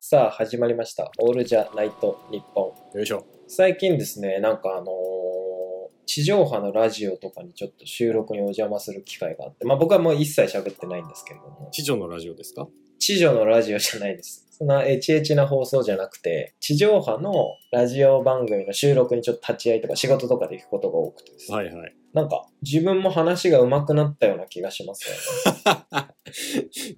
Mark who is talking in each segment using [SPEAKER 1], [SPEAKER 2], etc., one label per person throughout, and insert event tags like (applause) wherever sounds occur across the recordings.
[SPEAKER 1] さあ始まりました「オールじゃないと日本
[SPEAKER 2] よいしょ。」
[SPEAKER 1] 最近ですねなんかあのー地上波のラジオとかにちょっと収録にお邪魔する機会があって、まあ、僕はもう一切喋ってないんですけれども
[SPEAKER 2] 地上のラジオですか
[SPEAKER 1] 地上のラジオじゃないですそんなエチエチな放送じゃなくて地上波のラジオ番組の収録にちょっと立ち会いとか仕事とかで行くことが多くてですね、
[SPEAKER 2] はいはい。 (laughs)
[SPEAKER 1] なんか自分も話が上手くなったような気がしますよね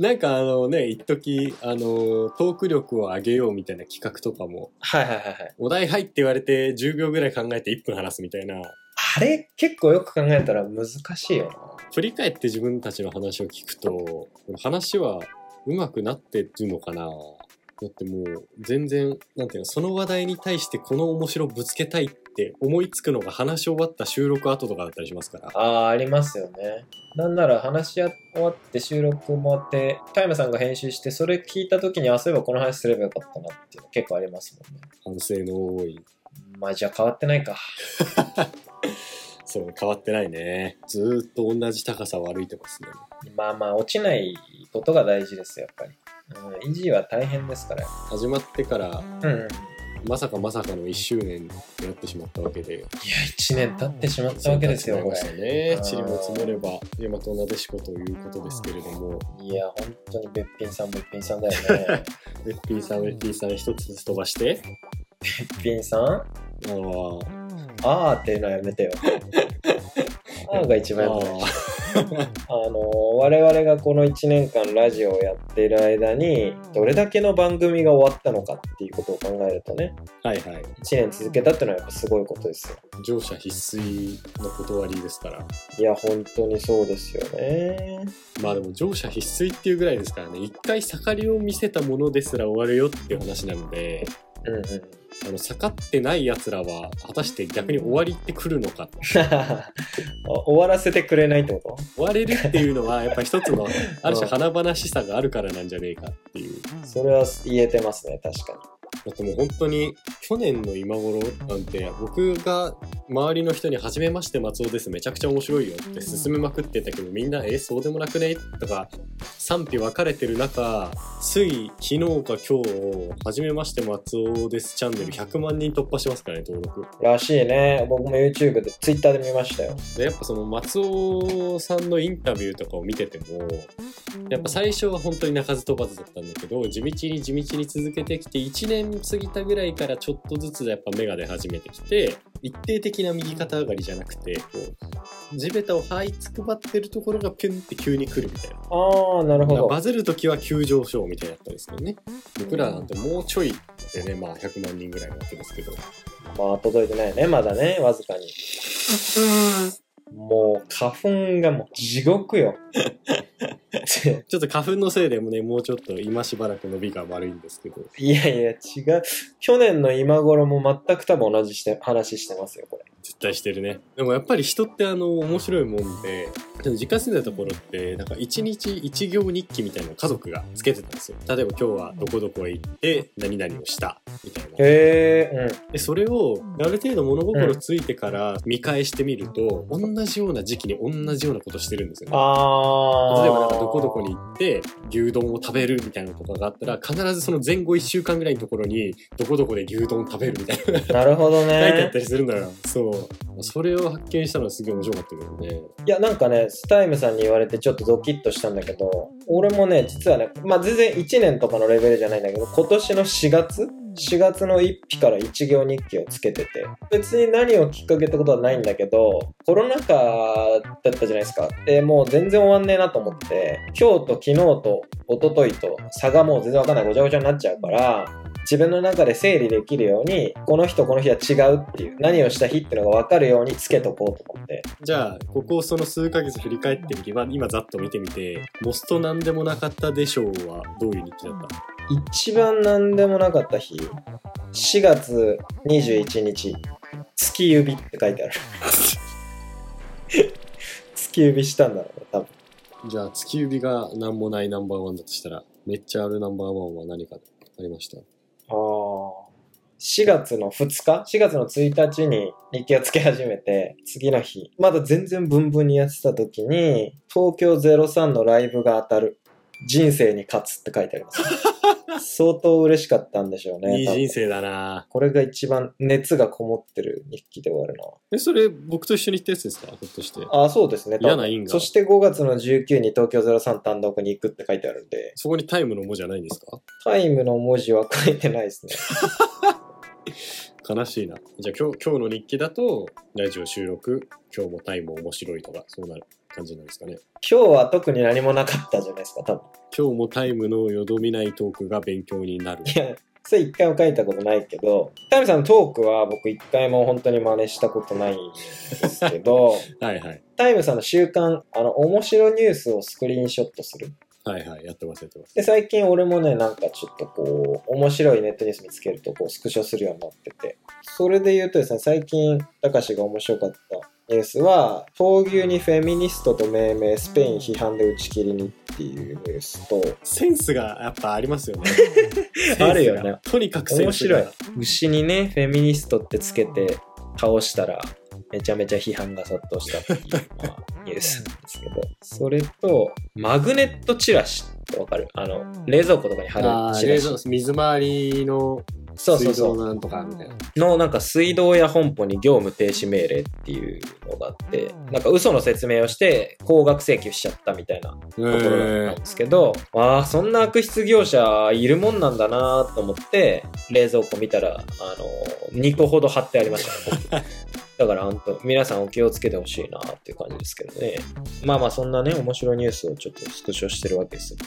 [SPEAKER 2] なんかあのね、一時あの、トーク力を上げようみたいな企画とかも、
[SPEAKER 1] はいはいはいはい
[SPEAKER 2] お題入って言われて10秒ぐらい考えて1分話すみたいな、
[SPEAKER 1] あれ結構よく考えたら難しいよな
[SPEAKER 2] 振り返って自分たちの話を聞くと、話は上手くなってるのかなだってもう全然、なんていうの、その話題に対してこの面白ぶつけたいって思いつくのが話し終わった収録後とかだったりしますから。
[SPEAKER 1] あーありますよねなんなら話し合終わって収録もあって田山さんが編集してそれ聞いた時にあそういえばこの話すればよかったなっていうの結構ありますもんね
[SPEAKER 2] 反省の多い
[SPEAKER 1] まあじゃあ変わってないか
[SPEAKER 2] そう、変わってないね。ずーっと同じ高さを歩いてますね。
[SPEAKER 1] まあまあ落ちないことが大事ですよやっぱり、うん、維持は大変ですから
[SPEAKER 2] 始まってから、
[SPEAKER 1] うんうんいや
[SPEAKER 2] まさかまさかの1周年になってしまったわけで。
[SPEAKER 1] 1年経ってしまったわけですよ
[SPEAKER 2] そう
[SPEAKER 1] こ
[SPEAKER 2] なっ
[SPEAKER 1] れ
[SPEAKER 2] てしまいましたね。
[SPEAKER 1] これ
[SPEAKER 2] 塵も積もれば、大和なでしこということですけれども、
[SPEAKER 1] いや本当にべっぴんさんべっぴんさんだよね
[SPEAKER 2] べっぴんさん、べっぴんさん一つずつ飛ばして、
[SPEAKER 1] べっぴんさん
[SPEAKER 2] あの
[SPEAKER 1] あーっていうのはやめてよあーが一
[SPEAKER 2] ー、
[SPEAKER 1] 番やばい
[SPEAKER 2] あ
[SPEAKER 1] (laughs) あの我々がこの1年間ラジオをやっている間にどれだけの番組が終わったのかっていうことを考えるとね
[SPEAKER 2] ーはいはい。
[SPEAKER 1] 1年続けたっていうのはやっぱすごいことですよ
[SPEAKER 2] 乗車必須の断りですから。
[SPEAKER 1] いや本当にそうですよね
[SPEAKER 2] まあでも乗車必須っていうぐらいですからね、一回盛りを見せたものですら終わるよっていう話なので、
[SPEAKER 1] うんうん
[SPEAKER 2] あの、盛ってない奴らは、果たして逆に終わりって来るのかと。
[SPEAKER 1] あ終わらせてくれないってこ
[SPEAKER 2] 終われるっていうのは、やっぱ一つの、ある種華々しさがあるからなんじゃねえかっていう。
[SPEAKER 1] とそれは言えてますね確か
[SPEAKER 2] だってもう本当に、去年の今頃なんて、僕が周りの人に、初めまして松尾です、めちゃくちゃ面白いよって進めまくってたけど、みんな、え、そうでもなくねとか、賛否分かれてる中、つい昨日か今日、初めまして松尾ですチャンネル100万人突破しますからね、登録。
[SPEAKER 1] にらしいね僕も YouTube で Twitter で見ましたよ
[SPEAKER 2] でやっぱその松尾さんのインタビューとかを見ててもやっぱ最初は本当に鳴かず飛ばずだったんだけど地道に地道に続けてきて1年過ぎたぐらいからちょっとずつやっぱ芽が出始めてきて一定的な右肩上がりじゃなくてこう地べたを這いつくばってるところがピュンって急に来るみたいな
[SPEAKER 1] ああなるほ
[SPEAKER 2] だから
[SPEAKER 1] ど
[SPEAKER 2] バズる時は急上昇みたいだったんですけどね僕らなんてもうちょいでねまあ100万人ぐらいなわけですけど
[SPEAKER 1] まあ届いてないねまだねわずかにもう花粉がもう地獄よ (laughs)
[SPEAKER 2] ちょっと花粉のせいでもねもうちょっと今しばらく伸びが悪いんですけど
[SPEAKER 1] いやいや違う去年の今頃も全く多分同じして話してますよこれ
[SPEAKER 2] 絶対してるねでもやっぱり人ってあの面白いもんででも実家住んでた頃ってなんか一日一行日記みたいなのを家族がつけてたんですよ例えば今日はどこどこへ行って何々をしたみたいな
[SPEAKER 1] へえ
[SPEAKER 2] でそれをある程度物心ついてから見返してみると同じような時期に同じようなことしてるんですよ
[SPEAKER 1] うん
[SPEAKER 2] ね
[SPEAKER 1] ああ
[SPEAKER 2] 例えばなんかどこどこに行って牛丼を食べるみたいなのとかがあったら必ずその前後1週間ぐらいのところにどこどこで牛丼食べるみたい
[SPEAKER 1] な
[SPEAKER 2] な
[SPEAKER 1] るほど
[SPEAKER 2] (laughs) 書いてあ
[SPEAKER 1] ね
[SPEAKER 2] ったりするのよ。そう。それを発見したのはすげえ面白かったけどね。
[SPEAKER 1] いやなんかねスタイムさんに言われてちょっとドキッとしたんだけど俺もね実はねまあ全然1年とかのレベルじゃないんだけど今年の4月4月の1日から一行日記をつけてて別に何をきっかけってことはないんだけどコロナ禍だったじゃないですかでもう全然終わんねえなと思って今日と昨日と一昨日と差がもう全然わかんないごちゃごちゃになっちゃうから自分の中で整理できるようにこの日とこの日は違うっていう何をした日っていうのが分かるようにつけとこうと思って
[SPEAKER 2] じゃあ、ここをその数ヶ月振り返ってみて、まあ、今ざっと見てみて、モストなんでもなかったでしょうはどういう日記だった
[SPEAKER 1] 一番何でもなかった日4月21日「月指」って書いてある (laughs) 月指したんだろうね多分
[SPEAKER 2] じゃあ、月指が何もないナンバーワンだとしたら、めっちゃあるナンバーワンは何かありました
[SPEAKER 1] あ4月の2日 ?4 月の1日に日記をつけ始めて、次の日、まだ全然ブンブンにやってた時に、東京03のライブが当たる。人生に勝つって書いてあります。相当嬉しかったんでしょうね。
[SPEAKER 2] いい
[SPEAKER 1] 多分
[SPEAKER 2] 人生だな
[SPEAKER 1] これが一番熱がこもってる日記ではあるな。
[SPEAKER 2] え、それ、僕と一緒に行ったやつですかひょっとして。
[SPEAKER 1] あ、そうですね。多分
[SPEAKER 2] 嫌な因果
[SPEAKER 1] そして5月の19に東京03単独に行くって書いてあるんで、
[SPEAKER 2] そこにタイムの文字はないんですか
[SPEAKER 1] タイムの文字は書いてないですね。 (laughs)
[SPEAKER 2] 悲しいな。じゃあ今日、今日の日記だと、ラジオ収録、今日もタイム面白いとか、そうなる感じなんですかね。
[SPEAKER 1] 今日は特に何もなかったじゃないですか、多分。
[SPEAKER 2] 今日もタイムのよどみないトークが勉強に
[SPEAKER 1] (laughs)
[SPEAKER 2] なる。
[SPEAKER 1] いや、それ一回も書いたことないけど、タイムさんのトークは僕一回も本当に真似したことないんですけ
[SPEAKER 2] (laughs)
[SPEAKER 1] ど、
[SPEAKER 2] はいはい。
[SPEAKER 1] タイムさんの習慣、あの、面白ニュースをスクリーンショットする。
[SPEAKER 2] はいはい。やってますやってます。
[SPEAKER 1] で、最近俺もね、なんかちょっとこう、面白いネットニュース見つけると、こう、スクショするようになってて。それで言うとですね、最近、たかしが面白かったニュースは、闘牛にフェミニストと命名、スペイン批判で打ち切りにっていうニュースと、。
[SPEAKER 2] センスがやっぱありますよね
[SPEAKER 1] (laughs) あるよね
[SPEAKER 2] センスがとにかくセンスが。
[SPEAKER 1] 面牛にね、フェミニストってつけて倒したら、めちゃめちゃ批判が殺到したっていう、まあ、ニュースなんですけど、それと、マグネットチラシってわかるあの、冷蔵庫とかに貼る
[SPEAKER 2] あー
[SPEAKER 1] チ
[SPEAKER 2] 冷
[SPEAKER 1] ラシ
[SPEAKER 2] 蔵。庫水回りの
[SPEAKER 1] そうそう
[SPEAKER 2] 水
[SPEAKER 1] そ
[SPEAKER 2] 道
[SPEAKER 1] う。
[SPEAKER 2] なんとかみたいな。
[SPEAKER 1] のなんか水道や本舗に業務停止命令っていうのがあってなんか嘘の説明をして高額請求しちゃったみたいなところだったんですけど、ああそんな悪質業者いるもんなんだなと思って冷蔵庫見たらあの2個ほど貼ってありましたね僕 (laughs) だから本当皆さんお気をつけてほしいなっていう感じですけどねまあまあそんなね面白いニュースをちょっとスクショしてるわけですよ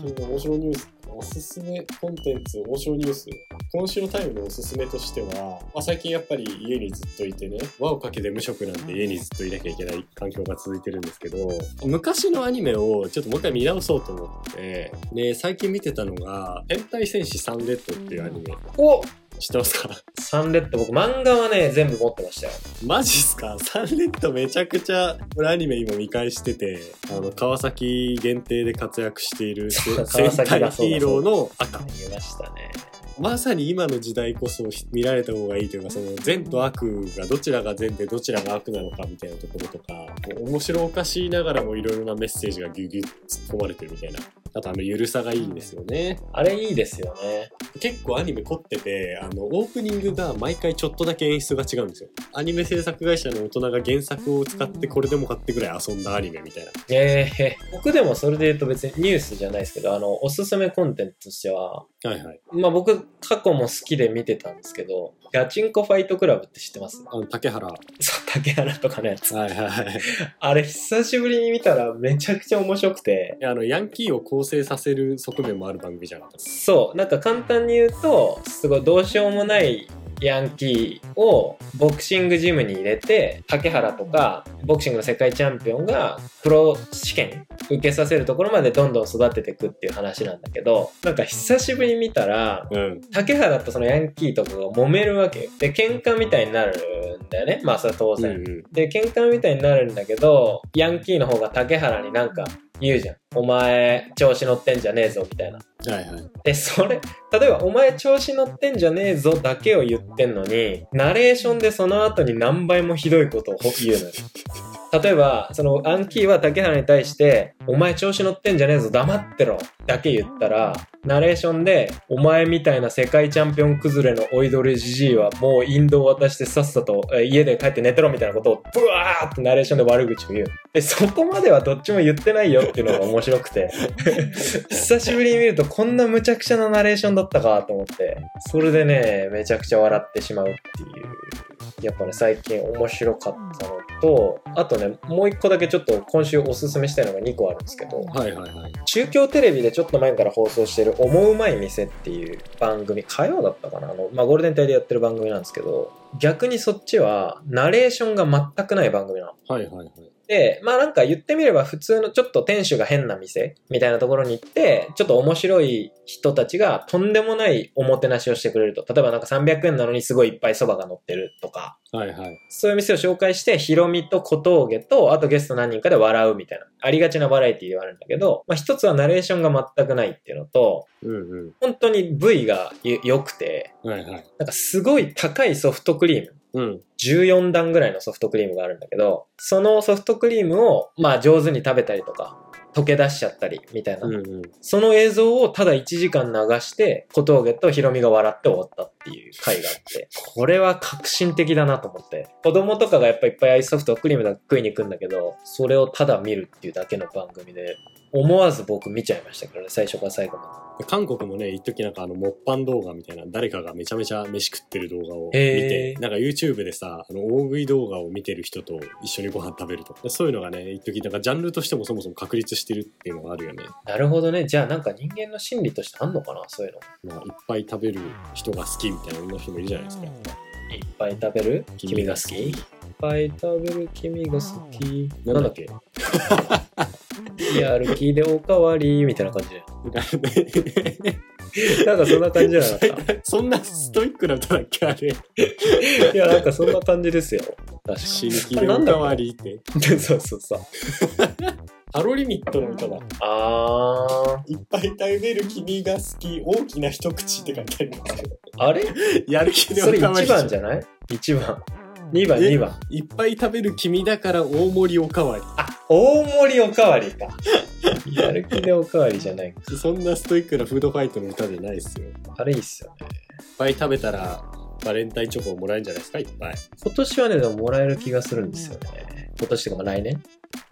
[SPEAKER 2] 最近の面白いニュース、おすすめコンテンツ、面白いニュース。今週のタイムのおすすめとしては、まあ、最近やっぱり家にずっといてね、輪をかけて無職なんで家にずっといなきゃいけない環境が続いてるんですけど、昔のアニメをちょっともう一回見直そうと思って、で、最近見てたのが、変態戦士サンレッドっていうアニメ。
[SPEAKER 1] お
[SPEAKER 2] 知ってますか (laughs)
[SPEAKER 1] サンレッド僕漫画はね全部持ってましたよ
[SPEAKER 2] マジっすかサンレッドめちゃくちゃ、俺アニメ今見返してて、あの、川崎限定で活躍している
[SPEAKER 1] (laughs) 川
[SPEAKER 2] 戦
[SPEAKER 1] 崎がそ
[SPEAKER 2] 隊
[SPEAKER 1] うだ
[SPEAKER 2] ヒーローの赤。
[SPEAKER 1] 見ましたね
[SPEAKER 2] まさに今の時代こそ見られた方がいいというか、その善と悪がどちらが善でどちらが悪なのかみたいなところとか、こう面白おかしいながらもいろいろなメッセージがギュギュッ突っ込まれてるみたいな。あとあの、ゆるさがいいんですよね。
[SPEAKER 1] あれいいですよね
[SPEAKER 2] 結構アニメ凝ってて、あの、オープニングが毎回ちょっとだけ演出が違うんですよ。アニメ制作会社の大人が原作を使ってこれでもかってぐらい遊んだアニメみたいな。
[SPEAKER 1] ええ僕でもそれで言うと別にニュースじゃないですけど、あの、おすすめコンテンツとしては、
[SPEAKER 2] はいはい。
[SPEAKER 1] まあ僕過去も好きで見てたんですけど、ガチンコファイトクラブって知ってます (laughs)
[SPEAKER 2] あの、竹原。は
[SPEAKER 1] そう、竹原とかのやつ。
[SPEAKER 2] いはいはい。
[SPEAKER 1] あれ久しぶりに見たらめちゃくちゃ面白くて、
[SPEAKER 2] (laughs) あの、ヤンキーを構成させる側面もある番組じゃなかったです
[SPEAKER 1] そう、なんか簡単に言うと、すごいどうしようもないヤンキーをボクシングジムに入れて、竹原とかボクシングの世界チャンピオンがプロ試験受けさせるところまでどんどん育てていくっていう話なんだけど、なんか久しぶりに見たら、
[SPEAKER 2] うん。
[SPEAKER 1] 竹原とそのヤンキーとかが揉めるわけよ。で、喧嘩みたいになるんだよね。まあ、それは当
[SPEAKER 2] うん
[SPEAKER 1] 然。
[SPEAKER 2] うん
[SPEAKER 1] で喧嘩みたいになるんだけどヤンキーの方が竹原になんか言うじゃん「お前調子乗ってんじゃねえぞ」みたいな。
[SPEAKER 2] はいはい。
[SPEAKER 1] でそれ例えば「お前調子乗ってんじゃねえぞ」だけを言ってんのにナレーションでその後に何倍もひどいことを言うのよ。例えばそのアンキーは竹原に対して「お前調子乗ってんじゃねえぞ黙ってろ」だけ言ったらナレーションで「お前みたいな世界チャンピオン崩れのおいどれじじいはもうインドを渡してさっさとえー家で帰って寝てろ」みたいなことをブワーってナレーションで悪口を言うでそこまではどっちも言ってないよっていうのが面白くて久しぶりに見るとこんなむちゃくちゃなナレーションだったかと思ってそれでねめちゃくちゃ笑ってしまうっていうやっぱね最近面白かったのとあとねもう一個だけちょっと今週おすすめしたいのが2個あるんですけど
[SPEAKER 2] はいはいはい。
[SPEAKER 1] 中京テレビでちょっと前から放送してる「思うまい店」っていう番組火曜だったかなあの、まあ、ゴールデン帯でやってる番組なんですけど逆にそっちはナレーションが全くない番組なの。
[SPEAKER 2] はいはいはい。
[SPEAKER 1] で、まあなんか言ってみれば普通のちょっと店主が変な店みたいなところに行って、ちょっと面白い人たちがとんでもないおもてなしをしてくれると。例えばなんか300円なのにすごいいっぱい蕎麦が乗ってるとか、
[SPEAKER 2] はいはい。
[SPEAKER 1] そういう店を紹介して、ヒロミと小峠と、あとゲスト何人かで笑うみたいな、ありがちなバラエティではあるんだけど、まあ一つはナレーションが全くないっていうのと、
[SPEAKER 2] うん
[SPEAKER 1] 本当に部位がよ良くて、
[SPEAKER 2] うん。はいはい。
[SPEAKER 1] なんかすごい高いソフトクリーム。
[SPEAKER 2] うん。
[SPEAKER 1] 14段ぐらいのソフトクリームがあるんだけど、そのソフトクリームを、まあ上手に食べたりとか、溶け出しちゃったりみたいな、
[SPEAKER 2] うんうん、
[SPEAKER 1] その映像をただ1時間流して小峠とヒロミが笑って終わったっていう回があってこれは革新的だなと思って子供とかがやっぱいっぱいアイスソフトクリームだ食いに行くんだけどそれをただ見るっていうだけの番組で思わず僕見ちゃいましたけどね最初から最後ま
[SPEAKER 2] 韓国もね、一時なんかあの、もっぱん動画みたいな、誰かがめちゃめちゃ飯食ってる動画を見
[SPEAKER 1] へ
[SPEAKER 2] て
[SPEAKER 1] ー、
[SPEAKER 2] なんか YouTube でさ、あの、大食い動画を見てる人と一緒にご飯食べるとか。そういうのがね、一時なんかジャンルとしてもそもそも確立してるっていうのがあるよね。
[SPEAKER 1] でなるほどねじゃあなんか人間の心理としてあんのかなそういうの
[SPEAKER 2] まあ、いっぱい食べる人が好きみたいな女の人もいるじゃないですか。
[SPEAKER 1] い
[SPEAKER 2] (laughs)
[SPEAKER 1] っぱい食べる君が好きいっぱい食べる君が好きなんだっけやる気でおかわりみたいな感じなんかそんな感じじゃなかった
[SPEAKER 2] そんなストイックな歌だっけあれ。
[SPEAKER 1] (laughs) いや、なんかそんな感じですよ。
[SPEAKER 2] 死
[SPEAKER 1] 確
[SPEAKER 2] ぬ気でおかわりって。
[SPEAKER 1] かに。そうそうそう。
[SPEAKER 2] ハロリミットの歌だ。
[SPEAKER 1] あ
[SPEAKER 2] いっぱい食べる君が好き、大きな一口って書いてありますけど。
[SPEAKER 1] ー。あれ
[SPEAKER 2] やる気でお
[SPEAKER 1] それ
[SPEAKER 2] かわ
[SPEAKER 1] 1
[SPEAKER 2] りし
[SPEAKER 1] 番じゃない ?1 番。2番、
[SPEAKER 2] え
[SPEAKER 1] 2番。
[SPEAKER 2] いっぱい食べる君だから大盛りおかわり。
[SPEAKER 1] 大盛りおかわりか。やる気でおかわりじゃない。
[SPEAKER 2] そんなストイックなフードファイトの歌じゃないですよ。いっ
[SPEAKER 1] あれいいっすよね。
[SPEAKER 2] ぱい食べたら、バレンタインチョコをもらえるんじゃないですか、いっぱい。
[SPEAKER 1] 今年はね、でももらえる気がするんですよね。今年とかまあ来年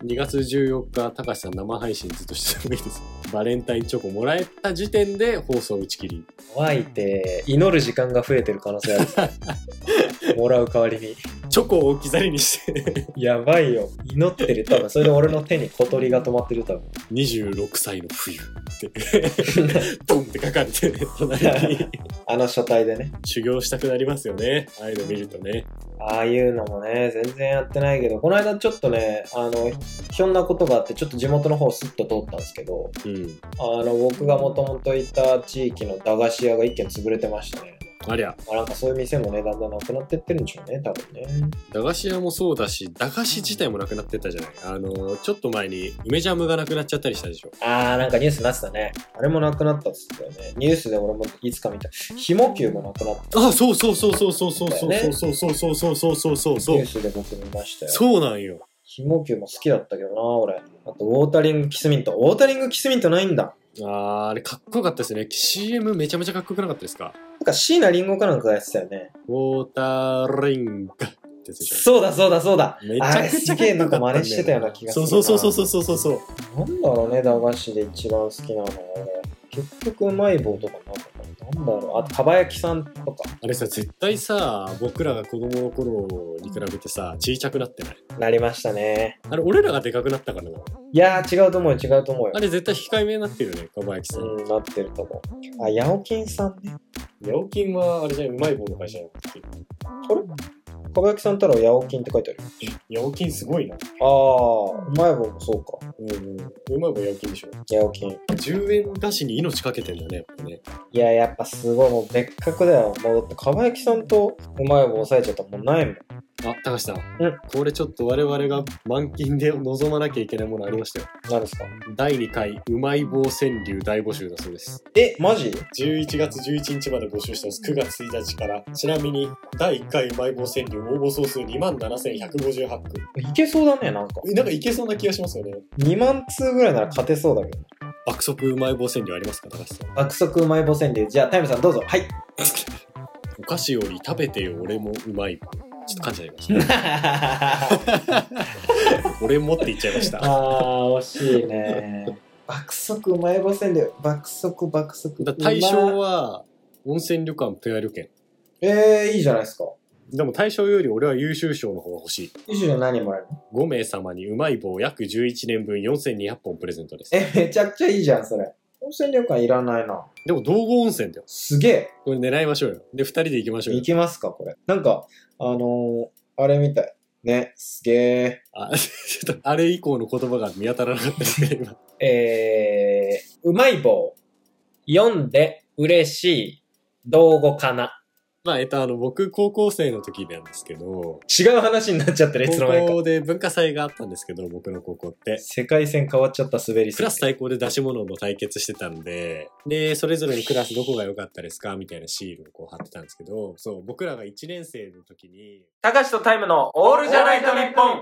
[SPEAKER 2] 2月14日、高橋さん生配信ずっとしてもいいです。バレンタインチョコもらえた時点で放送打ち切り。
[SPEAKER 1] 乾いて、祈る時間が増えてる可能性ある。もらう代わりに。
[SPEAKER 2] チョコを置き去りにして、
[SPEAKER 1] やばいよ。祈ってる。多分、それで俺の手に小鳥が止まってる。多分。
[SPEAKER 2] 26歳の冬って、ドンって書かれて、隣
[SPEAKER 1] (laughs)
[SPEAKER 2] に。
[SPEAKER 1] あの書体でね。
[SPEAKER 2] 修行したくなりますよね。ああいうの見るとね。
[SPEAKER 1] ああいうのもね、全然やってないけど、この間ちょっとね、あの、ひょんなことがあって、ちょっと地元の方すっと通ったんですけど、
[SPEAKER 2] うん。
[SPEAKER 1] あの、僕がもともといた地域の駄菓子屋が一軒潰れてましたね。
[SPEAKER 2] ありゃ、
[SPEAKER 1] まあ、なんかそういう店もね、だんだんなくなってってるんでしょうね、多分ね。
[SPEAKER 2] 駄菓子屋もそうだし、駄菓子自体もなくなってったじゃないあの、ちょっと前に梅ジャムがなくなっちゃったりしたでしょ。
[SPEAKER 1] あー、なんかニュースになってたね。あれもなくなったっつったよね。ニュースで俺もいつか見た。ひもきゅうもなくなった。
[SPEAKER 2] あ、そうそうそうそうそうそうそうそうそうそうそうそうそうそうそ
[SPEAKER 1] ニュ
[SPEAKER 2] う
[SPEAKER 1] ー。スで僕見ましたよ。
[SPEAKER 2] そうなんよ。
[SPEAKER 1] ひもきゅうも好きだったけどな、俺。あと、ウォータリングキスミント。ウォータリングキスミントないんだ。
[SPEAKER 2] あーあれかっこよかったですね。CM めちゃめちゃかっこよくなかったですか
[SPEAKER 1] なんか椎名林檎かなんかがやってたよね。
[SPEAKER 2] ウォーターリングってやつでしょ。
[SPEAKER 1] そうだそうだそうだ。
[SPEAKER 2] めちゃくちゃ
[SPEAKER 1] あれすげえ
[SPEAKER 2] か
[SPEAKER 1] な
[SPEAKER 2] っ
[SPEAKER 1] ん
[SPEAKER 2] こ
[SPEAKER 1] か
[SPEAKER 2] よか
[SPEAKER 1] 真
[SPEAKER 2] ったんだよ
[SPEAKER 1] 似してたような気がする
[SPEAKER 2] そう
[SPEAKER 1] な。
[SPEAKER 2] そうそうそうそうそうそう。
[SPEAKER 1] なんだろうね、駄菓子で一番好きなのは俺。結局うまい棒とかなんかなんだろう。あと、かば焼きさんとか。
[SPEAKER 2] あれさ、絶対さ、僕らが子供の頃に比べてさ、小さくなってない。
[SPEAKER 1] なりましたね。
[SPEAKER 2] あれ、俺らがでかくなったからな。
[SPEAKER 1] いやー、違うと思うよ、違うと思うよ
[SPEAKER 2] あ。れ絶対控えめになってるよね、かばやきさん。
[SPEAKER 1] うん、なってると思う。あ、ヤオキンさんね。
[SPEAKER 2] ヤオキンはあれじゃうまい棒の会社やっけ
[SPEAKER 1] あれかば焼きさんたらヤオキンって書いてあるよ。
[SPEAKER 2] ヤオキンすごい
[SPEAKER 1] あ
[SPEAKER 2] な。
[SPEAKER 1] ー、うまい棒もそうか。
[SPEAKER 2] うんうん。うまい棒ヤオキンでしょ。
[SPEAKER 1] ヤオキン。
[SPEAKER 2] 10円出しに命かけてんだね、やっぱね。
[SPEAKER 1] いや、やっぱすごい、もう別格だよ。もうだって、かば焼きさんとうまい棒抑えちゃったらもうないもん。
[SPEAKER 2] あ、高橋さん。
[SPEAKER 1] うん
[SPEAKER 2] これちょっと我々が満金で望まなきゃいけないものありましたよ。
[SPEAKER 1] なんですか
[SPEAKER 2] 第2回、うまい棒川柳大募集だそうです。
[SPEAKER 1] え、マジ
[SPEAKER 2] 11月11日まで募集してます。9月1日から。ちなみに、第1回うまい棒川柳応募総数27,158句。
[SPEAKER 1] いけそうだね、なんか。
[SPEAKER 2] なんかいけそうな気がしますよね。
[SPEAKER 1] 2万通ぐらいなら勝てそうだけど。
[SPEAKER 2] 爆速うまい棒川柳ありますか、高橋さん。
[SPEAKER 1] 爆速うまい棒川柳。じゃあ、タイムさんどうぞ。はい。
[SPEAKER 2] お菓子より食べてよ俺もうまい棒ちょっと噛んじゃいました
[SPEAKER 1] (laughs)
[SPEAKER 2] 俺もって言っちゃいま (laughs) した
[SPEAKER 1] あー、惜しいね。爆速うまい棒川柳。爆速、爆速。
[SPEAKER 2] だ対象
[SPEAKER 1] は。
[SPEAKER 2] は温泉旅館ペア旅券
[SPEAKER 1] えー、いいじゃないですか。
[SPEAKER 2] でも対象より俺は優秀賞の方が欲しい
[SPEAKER 1] 以上何もらえるの
[SPEAKER 2] 5名様にうまい棒約11年分4200本プレゼントです
[SPEAKER 1] え、めちゃくちゃいいじゃん、それ。温泉旅館いらないな。
[SPEAKER 2] でも道後温泉だよ
[SPEAKER 1] すげえ。
[SPEAKER 2] これ狙いましょうよで2人で行きましょう
[SPEAKER 1] い
[SPEAKER 2] よ
[SPEAKER 1] けますか、これ。なんか、あのー、あれみたい。ね、すげ
[SPEAKER 2] あ (laughs) ちょっとあれ以降の言葉が見当たらなかったですね (laughs) 今
[SPEAKER 1] え。えー、うまい棒。読んで嬉しい。道語かな。
[SPEAKER 2] まあえっとあの僕高校生の時なんですけど
[SPEAKER 1] 違う話になっちゃってる、いつの間
[SPEAKER 2] 高
[SPEAKER 1] にか。
[SPEAKER 2] 校で文化祭があったんですけど僕の高校って
[SPEAKER 1] 世界線変わっちゃった滑り
[SPEAKER 2] クラス対抗で出し物の対決してたんで、で、それぞれにクラスどこが良かったですかみたいなシールをこう貼ってたんですけど、そう、僕らが1年生の時に、
[SPEAKER 1] たかしとタイムのオールじゃないと日本。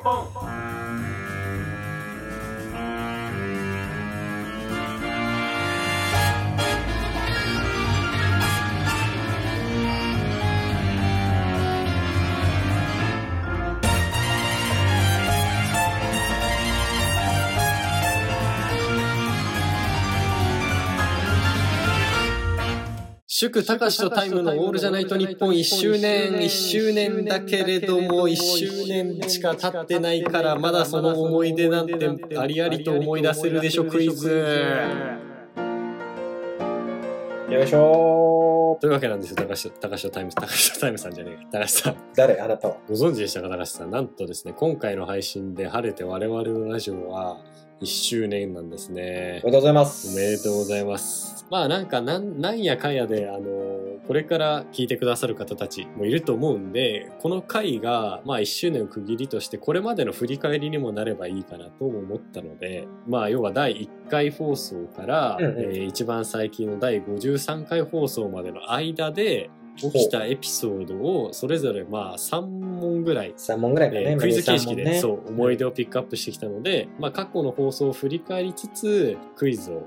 [SPEAKER 2] 祝高しとタイムのオールじゃないと日本1周年、1周年だけれども、1周年しか経ってないから、まだその思い出なんてありありと思い出せるでしょ、クイズ。
[SPEAKER 1] よいしょ
[SPEAKER 2] というわけなんですよ、高しと、高しとタイム、高しとタイムさんじゃねえか。高しさん。
[SPEAKER 1] ー誰あなたは
[SPEAKER 2] ご存知でしたか、高しさん。なんとですね、今回の配信で晴れて我々のラジオは1周年なんですね
[SPEAKER 1] お。めでとうございま
[SPEAKER 2] お
[SPEAKER 1] す
[SPEAKER 2] めでとうございます。まあなんかなんなんやかんやで、あのーこれから聞いてくださる方たちもいると思うんで、この回が、まあ1周年を区切りとして、これまでの振り返りにもなればいいかなとも思ったので、まあ要は第1回放送から、
[SPEAKER 1] うんうん
[SPEAKER 2] えー一番最近の第53回放送までの間で、起きたエピソードを、それぞれまあ3問ぐらい
[SPEAKER 1] 3問ぐらいかね、
[SPEAKER 2] えークイズ
[SPEAKER 1] まあ
[SPEAKER 2] 形式
[SPEAKER 1] 23
[SPEAKER 2] で、
[SPEAKER 1] 問ね
[SPEAKER 2] そう思い出をピックアップしてきたので、まあ、過去の放送を振り返りつつクイズを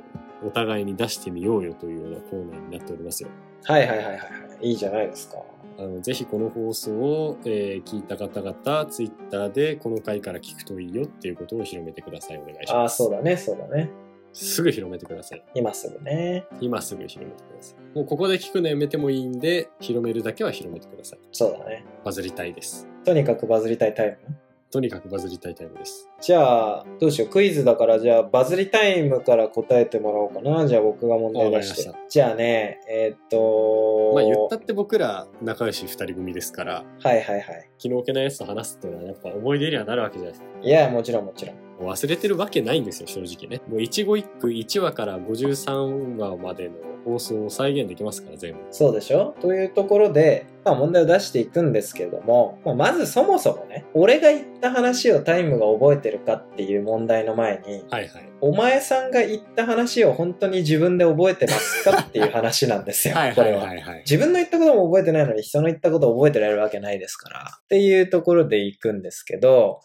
[SPEAKER 2] お互いに出してみようよというようなコーナーになっておりますよ。
[SPEAKER 1] はいはいはいはいはいいいじゃないですか
[SPEAKER 2] あのぜひこの放送を、えー聞いた方々ツイッターでこの回から聞くといいよっていうことを広めてくださいお願いし
[SPEAKER 1] あ
[SPEAKER 2] ま
[SPEAKER 1] あ
[SPEAKER 2] す。
[SPEAKER 1] そうだねそうだね
[SPEAKER 2] すぐ広めてください。
[SPEAKER 1] 今すぐね
[SPEAKER 2] 今すぐ広めてください。もうここで聞くのやめてもいいんで広めるだけは広めてください。
[SPEAKER 1] そうだね
[SPEAKER 2] バズりたいです。
[SPEAKER 1] とにかくバズりたいタイム
[SPEAKER 2] とにかくバズりたいタイムです。
[SPEAKER 1] じゃあどうしようクイズだからじゃあバズりタイムから答えてもらおうかなじゃあ僕が問題出して
[SPEAKER 2] わかり
[SPEAKER 1] じゃあねえーっと
[SPEAKER 2] まあ言ったって僕ら仲良し二人組ですから、
[SPEAKER 1] はいはいはい
[SPEAKER 2] 気の置けないやつと話すっていうのはやっぱ思い出にはなるわけじゃないですか。
[SPEAKER 1] いやもちろんもちろん
[SPEAKER 2] 忘れてるわけないんですよ、正直ね。もう一期一句1話から53話までの放送を再現できますから、全部。
[SPEAKER 1] そうでしょというところで、まあ、問題を出していくんですけれども、まあ、まずそもそもね俺が言った話をタイムが覚えてるかっていう問題の前に
[SPEAKER 2] はいはい。
[SPEAKER 1] お前さんが言った話を本当に自分で覚えてますかっていう話なんですよ
[SPEAKER 2] はい
[SPEAKER 1] こ
[SPEAKER 2] は
[SPEAKER 1] れ
[SPEAKER 2] い
[SPEAKER 1] は
[SPEAKER 2] はいはい。
[SPEAKER 1] 自分の言ったことも覚えてないのに人の言ったことを覚えてられるわけないですから。っていうところでいくんですけど、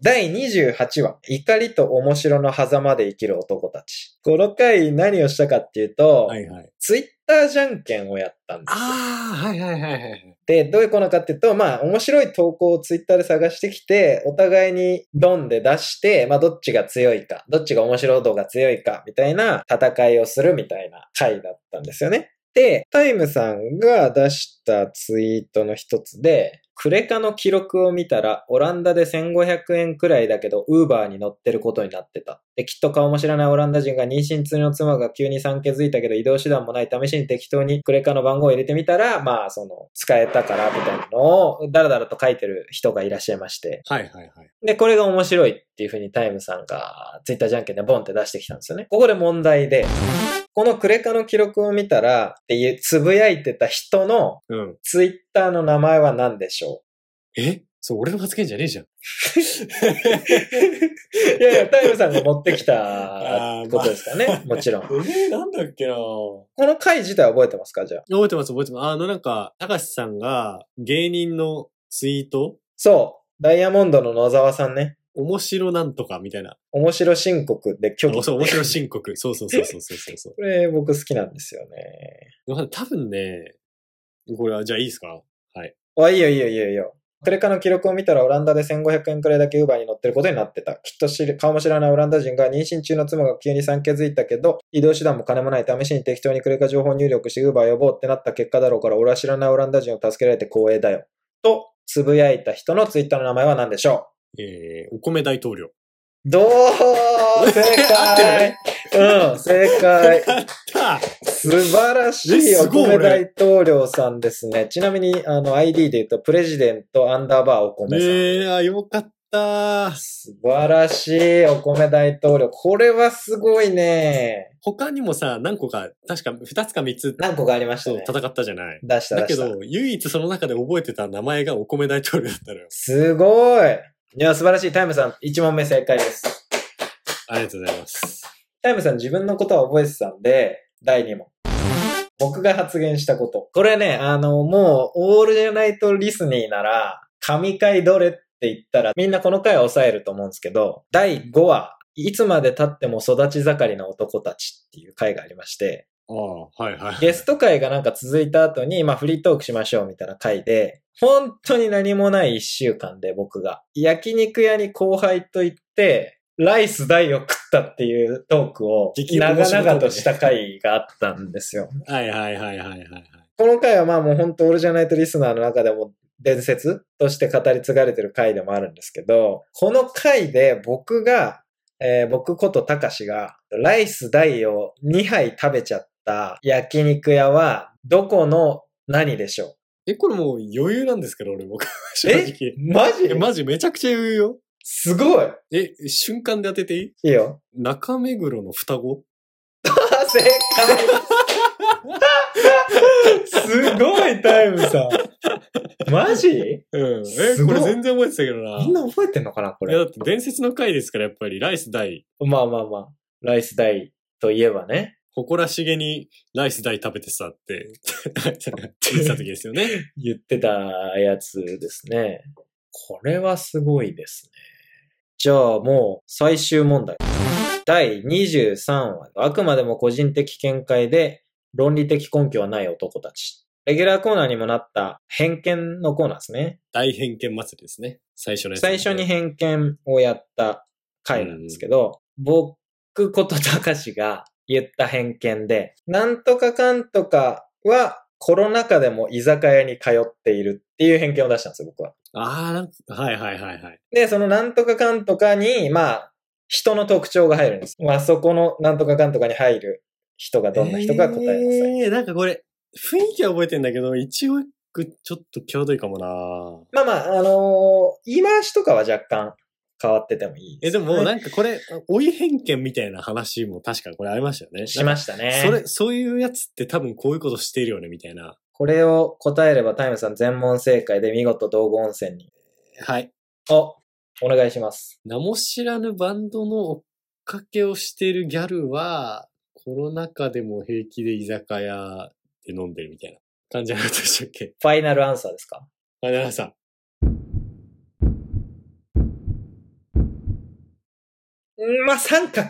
[SPEAKER 1] 第28話、怒りと面白の狭間で生きる男たち。この回何をしたかっていうと、
[SPEAKER 2] はいはい。
[SPEAKER 1] ツイッターじゃんけんをやったんですよ。
[SPEAKER 2] ああ、はいはいはいはい。
[SPEAKER 1] で、どういうのかっていうと、まあ、面白い投稿をツイッターで探してきて、お互いにドンで出して、まあ、どっちが強いか、どっちが面白い度が強いか、みたいな戦いをするみたいな回だったんですよね。で、タイムさんが出したツイートの一つで、クレカの記録を見たら、オランダで1500円くらいだけど、ウーバーに乗ってることになってた。で、きっと顔も知らないオランダ人が妊娠中の妻が急に産気づいたけど、移動手段もない試しに適当にクレカの番号を入れてみたら、まあ、その、使えたから、みたいなのを、だらだらと書いてる人がいらっしゃいまして。
[SPEAKER 2] はいはいはい。
[SPEAKER 1] で、これが面白いっていうふうにタイムさんが、ツイッターじゃんけんでボンって出してきたんですよね。ここで問題で、このクレカの記録を見たら、っていう、つぶやいてた人の
[SPEAKER 2] うん。
[SPEAKER 1] ツイッターの名前は何でしょう
[SPEAKER 2] えそう、俺の発言じゃねえじゃん。
[SPEAKER 1] (laughs) いやいや、タイムさんが持ってきた
[SPEAKER 2] (laughs) あー
[SPEAKER 1] ことですからね、もちろん。こ
[SPEAKER 2] えなんだっけな
[SPEAKER 1] の回自体は覚えてますかじゃあ。
[SPEAKER 2] 覚えてます覚えてます。あのなんか、高橋さんが芸人のツイート
[SPEAKER 1] そう、ダイヤモンドの野沢さんね、
[SPEAKER 2] 面白なんとかみたいな。
[SPEAKER 1] 面白申告で
[SPEAKER 2] (laughs)
[SPEAKER 1] 虚偽。
[SPEAKER 2] そう、面白申 (laughs) 告。そうそうそうそうそうそうそう。
[SPEAKER 1] これ僕好きなんですよね。
[SPEAKER 2] わかんない多分ね、これは、じゃあいいですか
[SPEAKER 1] あ、いいよいいよいいよいいよ。クレカの記録を見たらオランダで1500円くらいだけウーバーに乗ってることになってた。きっと知る顔も知らないオランダ人が妊娠中の妻が急に産気づいたけど、移動手段も金もない試しに適当にクレカ情報入力してウーバー呼ぼうってなった結果だろうから、俺は知らないオランダ人を助けられて光栄だよ。と、つぶやいた人のツイッターの名前は何でしょう
[SPEAKER 2] えー、お米大統領。
[SPEAKER 1] どう正
[SPEAKER 2] 合って
[SPEAKER 1] 解うん、正解。
[SPEAKER 2] や (laughs) った
[SPEAKER 1] 素晴らしい
[SPEAKER 2] え
[SPEAKER 1] お
[SPEAKER 2] すごい
[SPEAKER 1] 米
[SPEAKER 2] 俺
[SPEAKER 1] 大統領さんですね。ちなみに、あの、ID で言うと、プレジデントアンダーバーお米さん。
[SPEAKER 2] えー、あ、よかった
[SPEAKER 1] 素晴らしいお米大統領。これはすごいね。
[SPEAKER 2] 他にもさ、何個か、確か2つか3つ、
[SPEAKER 1] 何個かありました
[SPEAKER 2] そう
[SPEAKER 1] ね。
[SPEAKER 2] 戦ったじゃない。
[SPEAKER 1] 出した
[SPEAKER 2] だ
[SPEAKER 1] 出
[SPEAKER 2] け
[SPEAKER 1] した。
[SPEAKER 2] ど、唯一その中で覚えてた名前がお米大統領だったのよ。
[SPEAKER 1] すごい。いや、素晴らしい。タイムさん、1問目正解です。
[SPEAKER 2] ありがとうございます。
[SPEAKER 1] タイムさん自分のことは覚えてたんで、第2問。僕が発言したこと。これね、あの、もう、オールじゃないとリスニーなら、神回どれって言ったら、みんなこの回を抑えると思うんですけど、第5話、いつまで経っても育ち盛りの男たちっていう回がありまして、
[SPEAKER 2] ああ、はいはい。
[SPEAKER 1] ゲスト会がなんか続いた後に、まあフリートークしましょうみたいな回で、本当に何もない一週間で僕が、焼肉屋に後輩と行って、ライス大を食っったっていうトークを
[SPEAKER 2] 激面白いトーク
[SPEAKER 1] 長
[SPEAKER 2] ね
[SPEAKER 1] 々とした回があったんですよ。
[SPEAKER 2] はいはいはいはいはいはい。
[SPEAKER 1] この回はまあもう本当俺じゃないとリスナーの中でも伝説として語り継がれてる回でもあるんですけど、この回で僕が、えー僕ことたかしがライス大を2杯食べちゃった焼肉屋はどこの何でしょ
[SPEAKER 2] え、これもう余裕なんですけど、俺僕。 (laughs)
[SPEAKER 1] う
[SPEAKER 2] 正
[SPEAKER 1] え
[SPEAKER 2] 直。
[SPEAKER 1] マジ
[SPEAKER 2] え、マジめちゃくちゃ余裕よ。
[SPEAKER 1] すごい
[SPEAKER 2] え、瞬間で当てていい
[SPEAKER 1] いいよ。
[SPEAKER 2] 中目黒の双子
[SPEAKER 1] あ正解すごいタイムさん。マジ
[SPEAKER 2] うん。
[SPEAKER 1] す
[SPEAKER 2] え、
[SPEAKER 1] ご
[SPEAKER 2] こ
[SPEAKER 1] い
[SPEAKER 2] れ全然覚えてたけどな。
[SPEAKER 1] みんな覚えてんのかなこ
[SPEAKER 2] いや、
[SPEAKER 1] れ。
[SPEAKER 2] だって伝説の回ですから、やっぱり、ライス大、
[SPEAKER 1] まあまあまあ。ライス大といえばね。
[SPEAKER 2] 誇らしげにライス大食べてさ
[SPEAKER 1] (laughs)
[SPEAKER 2] って、言ってた時ですよね。
[SPEAKER 1] 言ってたやつですね。これはすごいですね。じゃあもう最終問題。第23話。あくまでも個人的見解で論理的根拠はない男たち。レギュラーコーナーにもなった偏見のコーナーですね。
[SPEAKER 2] 大偏見祭りですね。最初のやつ。
[SPEAKER 1] 最初に偏見をやった回なんですけど、僕ことたかしが言った偏見で、なんとかかんとかはコロナ禍でも居酒屋に通っているっていう偏見を出したんですよ、僕は。
[SPEAKER 2] あーなんか、はいはいはいはい。
[SPEAKER 1] で、そのなんとかかんとかに、まあ、人の特徴が入るんです。まあ、そこのなんとかかんとかに入る人がどんな人か答えなさい。
[SPEAKER 2] えー、なんかこれ、雰囲気は覚えてんだけど、一応一句ちょっと際どいかもな
[SPEAKER 1] まあまあ、あのー言い回しとかは若干変わっててもいい
[SPEAKER 2] え、
[SPEAKER 1] です、
[SPEAKER 2] でも
[SPEAKER 1] ね、
[SPEAKER 2] なんかこれ、追い偏見みたいな話も確かこれありましたよね。
[SPEAKER 1] しましたね。
[SPEAKER 2] それ、そういうやつって多分こういうことしてるよね、みたいな。
[SPEAKER 1] これを答えればタイムさん全問正解で見事道後温泉に。
[SPEAKER 2] はい。
[SPEAKER 1] お、お願いします。
[SPEAKER 2] 名も知らぬバンドの追っかけをしてるギャルは、コロナ禍でも平気で居酒屋で飲んでるみたいな感じの話でしたっけ
[SPEAKER 1] ファイナルアンサーですか
[SPEAKER 2] あ、奈良さん。
[SPEAKER 1] んまあ、三角。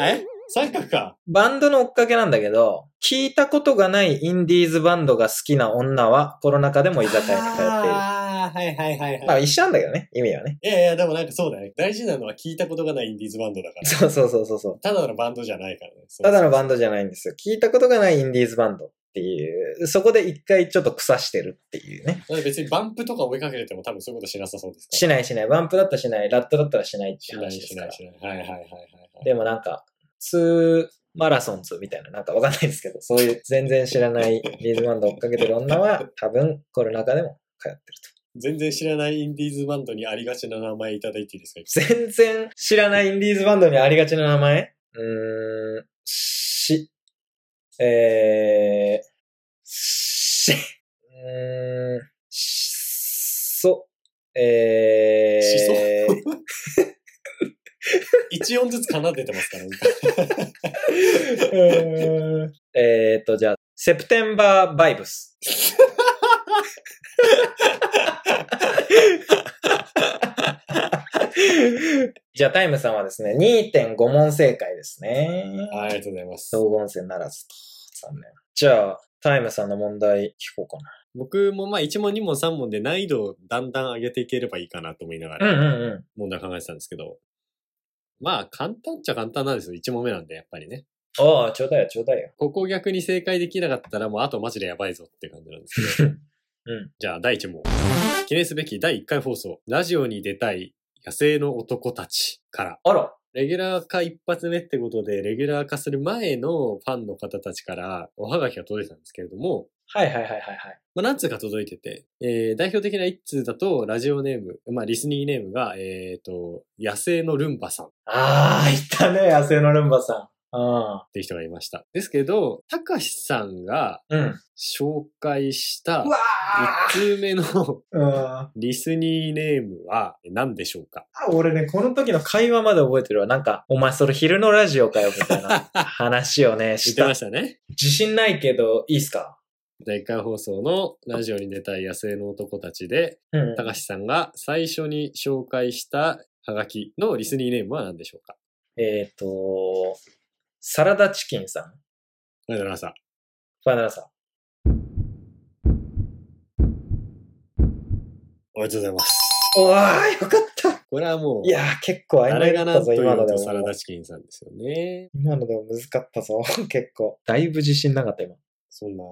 [SPEAKER 2] え三角か。
[SPEAKER 1] バンドの追っかけなんだけど、聞いたことがないインディーズバンドが好きな女はコロナ禍でも居酒屋に通っている。
[SPEAKER 2] ああ、はいはいはい
[SPEAKER 1] ま
[SPEAKER 2] は
[SPEAKER 1] あ
[SPEAKER 2] い。
[SPEAKER 1] 一緒なんだけどね、意味はね。
[SPEAKER 2] いやいや、でもなんかそうだね。大事なのは聞いたことがないインディーズバンドだから。
[SPEAKER 1] そうそうそうそうそう。
[SPEAKER 2] ただのバンドじゃないからね。そう
[SPEAKER 1] ただのバンドじゃないんですよ。聞いたことがないインディーズバンドっていう、そこで一回ちょっと腐してるっていうね。
[SPEAKER 2] だから別にバンプとか追いかけてても多分そういうことしなさそうですから。
[SPEAKER 1] しないしない。バンプだったらしない。ラットだったらしないって話です
[SPEAKER 2] し
[SPEAKER 1] か
[SPEAKER 2] な
[SPEAKER 1] ら
[SPEAKER 2] い。しないしない。はいはいはいはいはい。
[SPEAKER 1] でもなんか、ツーマラソンズみたいな、なんかわかんないですけど、 (laughs) そういう全然知らないリズムバンド追っかけてる女は、多分コロナ禍でも通って
[SPEAKER 2] 全然知らないインディーズバンドにありがちな名前いただいていいですか
[SPEAKER 1] ると。全然知らないインディーズバンドにありがちな名前うーん、し、えー、し、うーん、しそ、えー、
[SPEAKER 2] し一音ずつ奏でてますから、ね、
[SPEAKER 1] うーん (laughs) えーっと、じゃあ、セプテンバーバイブ (laughs) ス。じゃあ、タイムさんはですね、2.5問正解ですね。
[SPEAKER 2] はいありがとうございます。
[SPEAKER 1] 道後温泉ならずと。残念。じゃあ、タイムさんの問題聞こうか
[SPEAKER 2] 僕もまあ1問2問3問で難易度をだんだん上げていければいいかなと思いなが
[SPEAKER 1] な。
[SPEAKER 2] ら
[SPEAKER 1] うんうん。
[SPEAKER 2] 問題を考えてたんですけど、まあ簡単っちゃ簡単なんですよ。1問目なんでやっぱりね。
[SPEAKER 1] ああ、ちょうだいよ、ちょう (laughs) だいよ。
[SPEAKER 2] ここ逆に正解できなかったらもうあとマジでやばいぞって感じなんです
[SPEAKER 1] (laughs)
[SPEAKER 2] けど。
[SPEAKER 1] うん
[SPEAKER 2] じゃあ第1問。記念すべき第1回放送。ラジオに出たい野生の男たちから。
[SPEAKER 1] あら。
[SPEAKER 2] レギュラー化一発目ってことで、レギュラー化する前のファンの方たちからおはがきが届いたんですけれども、
[SPEAKER 1] はいはいはいはいはい。
[SPEAKER 2] まあ、何通か届いてて、えー、代表的な一通だと、ラジオネーム、まあ、リスニーネームが、えっ、と、野生のルンバさんっ
[SPEAKER 1] ああ、いたね、野生のルンバさん。うん
[SPEAKER 2] ていう人がいました。ですけど、たかしさんが。
[SPEAKER 1] うん。
[SPEAKER 2] 紹介した
[SPEAKER 1] うわ
[SPEAKER 2] 1通目の (laughs)
[SPEAKER 1] ーうん。
[SPEAKER 2] リスニーネームは何でしょうか
[SPEAKER 1] あ俺ね、この時の会話まで覚えてるわ。なんか、お前それ昼のラジオかよ、みたい
[SPEAKER 2] (laughs)
[SPEAKER 1] な話をね、
[SPEAKER 2] 言
[SPEAKER 1] し
[SPEAKER 2] って
[SPEAKER 1] た
[SPEAKER 2] ま。したね。
[SPEAKER 1] 自信ないけど、いいっすか
[SPEAKER 2] 第1回放送のラジオに出たい野生の男たちで、
[SPEAKER 1] うん
[SPEAKER 2] たかしさんが最初に紹介したハガキのリスニーネームは何でしょうか
[SPEAKER 1] えっ、と、サラダチキンさん。
[SPEAKER 2] ありがとうございま
[SPEAKER 1] ファイナルさん。
[SPEAKER 2] おめでとうございます。
[SPEAKER 1] おー、よかった。
[SPEAKER 2] これはもう、
[SPEAKER 1] いやー、結構曖
[SPEAKER 2] 誰
[SPEAKER 1] 昧だっ
[SPEAKER 2] がな
[SPEAKER 1] た
[SPEAKER 2] んと
[SPEAKER 1] ぞ、
[SPEAKER 2] 言お
[SPEAKER 1] 今の
[SPEAKER 2] う
[SPEAKER 1] で
[SPEAKER 2] と
[SPEAKER 1] も。
[SPEAKER 2] サラダチキンさんですよね。
[SPEAKER 1] 今のでも難かったぞ、 (laughs) 結構。だいぶ自信なかった、今。
[SPEAKER 2] そんな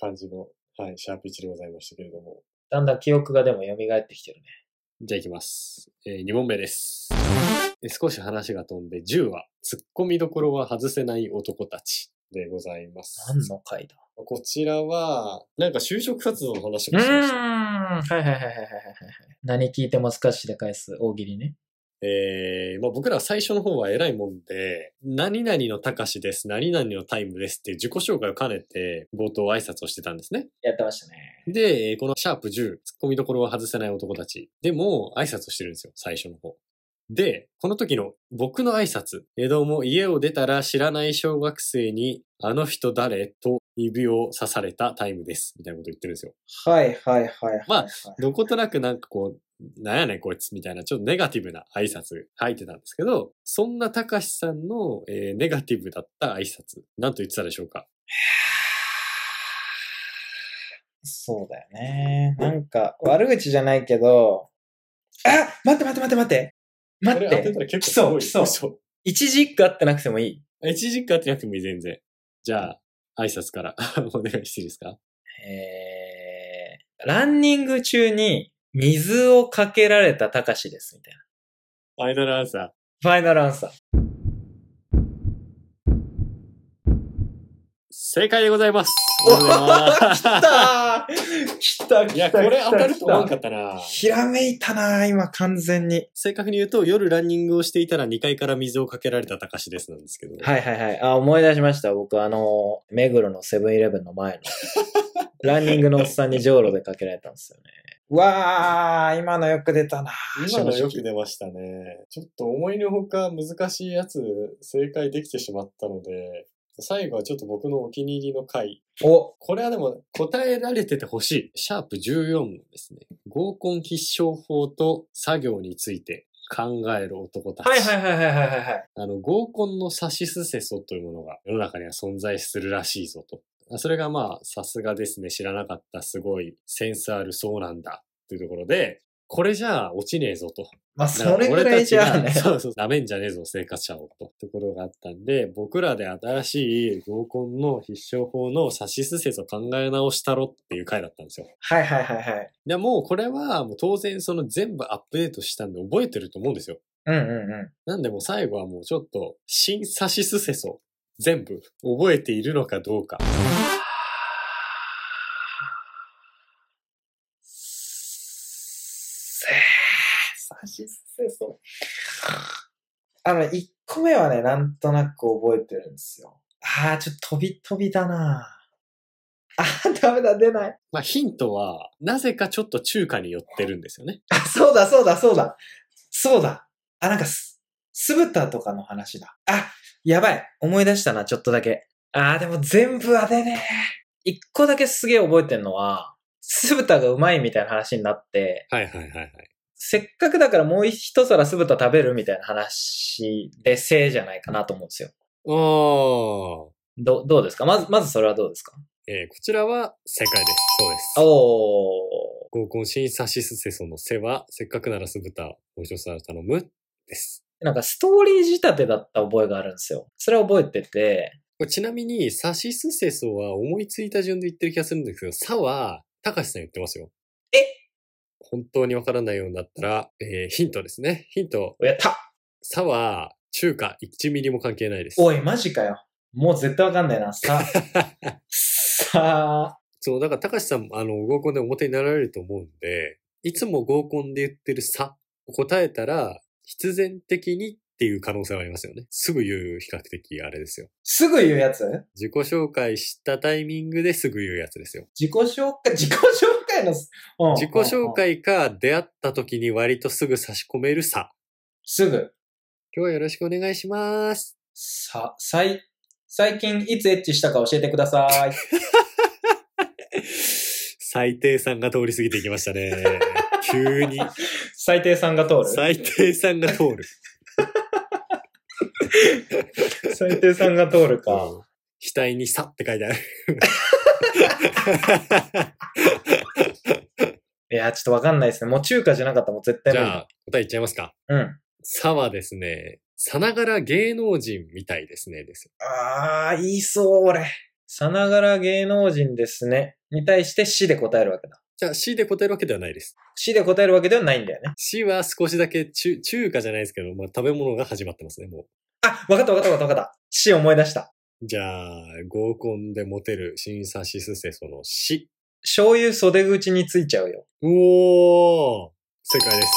[SPEAKER 2] 感じの、はい、シャープ1でございましたけれども。
[SPEAKER 1] だんだん記憶がでも蘇ってきてるね。
[SPEAKER 2] じゃあいきます。え2問目です。で少し話が飛んで、10話、ツッコミどころは外せない男たちでございます。
[SPEAKER 1] 何の回だ
[SPEAKER 2] こちらは、なんか就職活動の話
[SPEAKER 1] う
[SPEAKER 2] もしま
[SPEAKER 1] ー
[SPEAKER 2] し
[SPEAKER 1] ん。
[SPEAKER 2] た。
[SPEAKER 1] はいはいはいはいはいはい。何聞いてもスカッシュで返す大喜利ね。
[SPEAKER 2] えー、まあ僕らは最初の方は偉いもんで、何々のたかしです、何々のタイムですっていう自己紹介を兼ねて、冒頭挨拶をしてたんですね。
[SPEAKER 1] やってましたね。
[SPEAKER 2] で、えーこのシャープ10、突っ込みどころは外せない男たち。でも、挨拶をしてるんですよ、最初の方。で、この時の僕の挨拶。えーどうも、家を出たら知らない小学生に、あの人誰と指を刺されたタイムです。みたいなこと言ってるんですよ。
[SPEAKER 1] はいはいはいはい、はい。
[SPEAKER 2] まあ、どことなくなんかこう、なんやねんこいつみたいな、ちょっとネガティブな挨拶入ってたんですけど、そんなたかしさんの、えーネガティブだった挨拶、なんと言ってたでしょうか
[SPEAKER 1] そうだよね。なんか、悪口じゃないけど、あ待って待って待って待って待っ
[SPEAKER 2] これ当
[SPEAKER 1] て
[SPEAKER 2] たら結構すごい
[SPEAKER 1] 来そう来
[SPEAKER 2] そう。
[SPEAKER 1] 一字一句あってなくてもいい
[SPEAKER 2] 一時間ってなくてもいい、全然。じゃあ、挨拶から (laughs) お願いしていいですか
[SPEAKER 1] えー、ランニング中に水をかけられたたかしです、みたいな。
[SPEAKER 2] ファイナルアンサ
[SPEAKER 1] ファイナルアンサー。
[SPEAKER 2] ー。正解でございます。
[SPEAKER 1] お
[SPEAKER 2] おめでとうございます (laughs)
[SPEAKER 1] たー来た来た
[SPEAKER 2] いや、これ当たると思わんか
[SPEAKER 1] っ
[SPEAKER 2] ったな
[SPEAKER 1] た。ひらめいたなー、今完全に。
[SPEAKER 2] 正確に言うと、夜ランニングをしていたら2階から水をかけられた高しですなんですけど。
[SPEAKER 1] はいはいはい。あ、思い出しました。僕、あの、目黒のセブンイレブンの前の、 (laughs) ランニングのおっさんにじょうろでかけられたんですよね。わー、今のよく出たな
[SPEAKER 2] 今のよく出ましたね。ちょっと思いのほか難しいやつ正解できてしまったので、最後はちょっと僕のお気に入りの回。
[SPEAKER 1] お、
[SPEAKER 2] これはでも答えられててほしい。シャープ14のですね、合コン必勝法と作業について考える男たち。
[SPEAKER 1] はいはいはいはいはいはいはい。
[SPEAKER 2] あの、合コンのサシスセソというものが世の中には存在するらしいぞと。あそれがまあ、さすがですね、知らなかった、すごい、センスある、そうなんだ、というところで、これじゃあ落ちねえぞと。
[SPEAKER 1] まあ、
[SPEAKER 2] だから
[SPEAKER 1] それぐらいじゃあ
[SPEAKER 2] 俺た
[SPEAKER 1] ね
[SPEAKER 2] ち。がそうそう、舐めんじゃねえ (laughs) ぞ、生活者を、と。ところがあったんで、僕らで新しい合コンの必勝法のサシスセソ考え直したろっていう回だったんですよ。
[SPEAKER 1] はいはいはいはい。
[SPEAKER 2] でもうこれはもう当然その全部アップデートしたんで覚えてると思うんですよ。
[SPEAKER 1] うんうんうん。
[SPEAKER 2] なんでもう最後はもうちょっと、新サシスセソ、全部覚えているのかどうか。
[SPEAKER 1] せー、差しせそう。あの、1個目はね、なんとなく覚えてるんですよ。あー、ちょっと飛び飛びだなあー、ダメだ、出ない。
[SPEAKER 2] まあヒントは、なぜかちょっと中華に寄ってるんですよね。
[SPEAKER 1] あ、 (laughs) そうだ、そうだ、そうだ。そうだ。あ、なんかす、酢豚とかの話だ。あ、やばい。思い出したな、ちょっとだけ。あー、でも全部は出ねえ。1個だけすげえ覚えてるのは、酢豚がうまいみたいな話になって、
[SPEAKER 2] はいはいはいはい。
[SPEAKER 1] せっかくだからもう一皿酢豚食べるみたいな話でせいじゃないかなと思うんですよ。
[SPEAKER 2] おー。
[SPEAKER 1] ど、どうですかまず、まずそれはどうですか
[SPEAKER 2] えーこちらは正解です。そうです。
[SPEAKER 1] お
[SPEAKER 2] 合コン新サシスセソの背は、せっかくなら酢豚、もう一皿頼む、です。
[SPEAKER 1] ー。なんかストーリー仕立てだった覚えがあるんですよ。それは覚えてて、
[SPEAKER 2] これちなみに、サシスセソは思いついた順で言ってる気がするんですけど、サは、たかしさん言ってますよ。
[SPEAKER 1] え
[SPEAKER 2] 本当にわからないようになったら、えーヒントですね。ヒント、
[SPEAKER 1] やった
[SPEAKER 2] サは中華1ミリも関係ないです。
[SPEAKER 1] おい、マジかよ。もう絶対わかんないな。
[SPEAKER 2] (laughs)
[SPEAKER 1] さ、さ、
[SPEAKER 2] そう、だから、たかしさんも、あの、合コンで表になられると思うんで、いつも合コンで言ってるさ、答えたら、必然的にっていう可能性はありますよね。すぐ言う、比較的あれですよ。
[SPEAKER 1] すぐ言うやつ
[SPEAKER 2] 自己紹介したタイミングですぐ言うやつですよ。
[SPEAKER 1] 自己紹介、自己紹介の、うん
[SPEAKER 2] 自己紹。
[SPEAKER 1] うんうん
[SPEAKER 2] 介か、出会った時に割とすぐ差し込めるさ。
[SPEAKER 1] すぐ。
[SPEAKER 2] 今日はよろしくお願いします。
[SPEAKER 1] さ、さい、最近いつエッチしたか教えてください。
[SPEAKER 2] (laughs) 最低さんが通り過ぎていきましたね。
[SPEAKER 1] (laughs)
[SPEAKER 2] 急に。
[SPEAKER 1] 最低さんが通る
[SPEAKER 2] 最低さんが通る。
[SPEAKER 1] 最低さんが通るか。
[SPEAKER 2] うん額に
[SPEAKER 1] (laughs)
[SPEAKER 2] さって書いてある。
[SPEAKER 1] いやー、ちょっとわかんないですね。もう中華じゃなかったらもう絶対
[SPEAKER 2] じ
[SPEAKER 1] 無
[SPEAKER 2] ゃ
[SPEAKER 1] 理。
[SPEAKER 2] あ、答えいっちゃいますか。
[SPEAKER 1] うん。
[SPEAKER 2] さはですね、さながら芸能人みたいですね、です。
[SPEAKER 1] あー、言いそう、俺。さながら芸能人ですね。に対して死で答えるわけだ。
[SPEAKER 2] じゃあ、C で答えるわけではないです。
[SPEAKER 1] 死で答えるわけではないんだよね。
[SPEAKER 2] C は少しだけ中、中華じゃないですけど、まあ、食べ物が始まってますね、も
[SPEAKER 1] あ、わかったわかったわかったわかった。死思い出した。
[SPEAKER 2] う。じゃあ、合コンでモテる、審査しすせその死。
[SPEAKER 1] 醤油袖口についちゃうよ。
[SPEAKER 2] うおー正解です。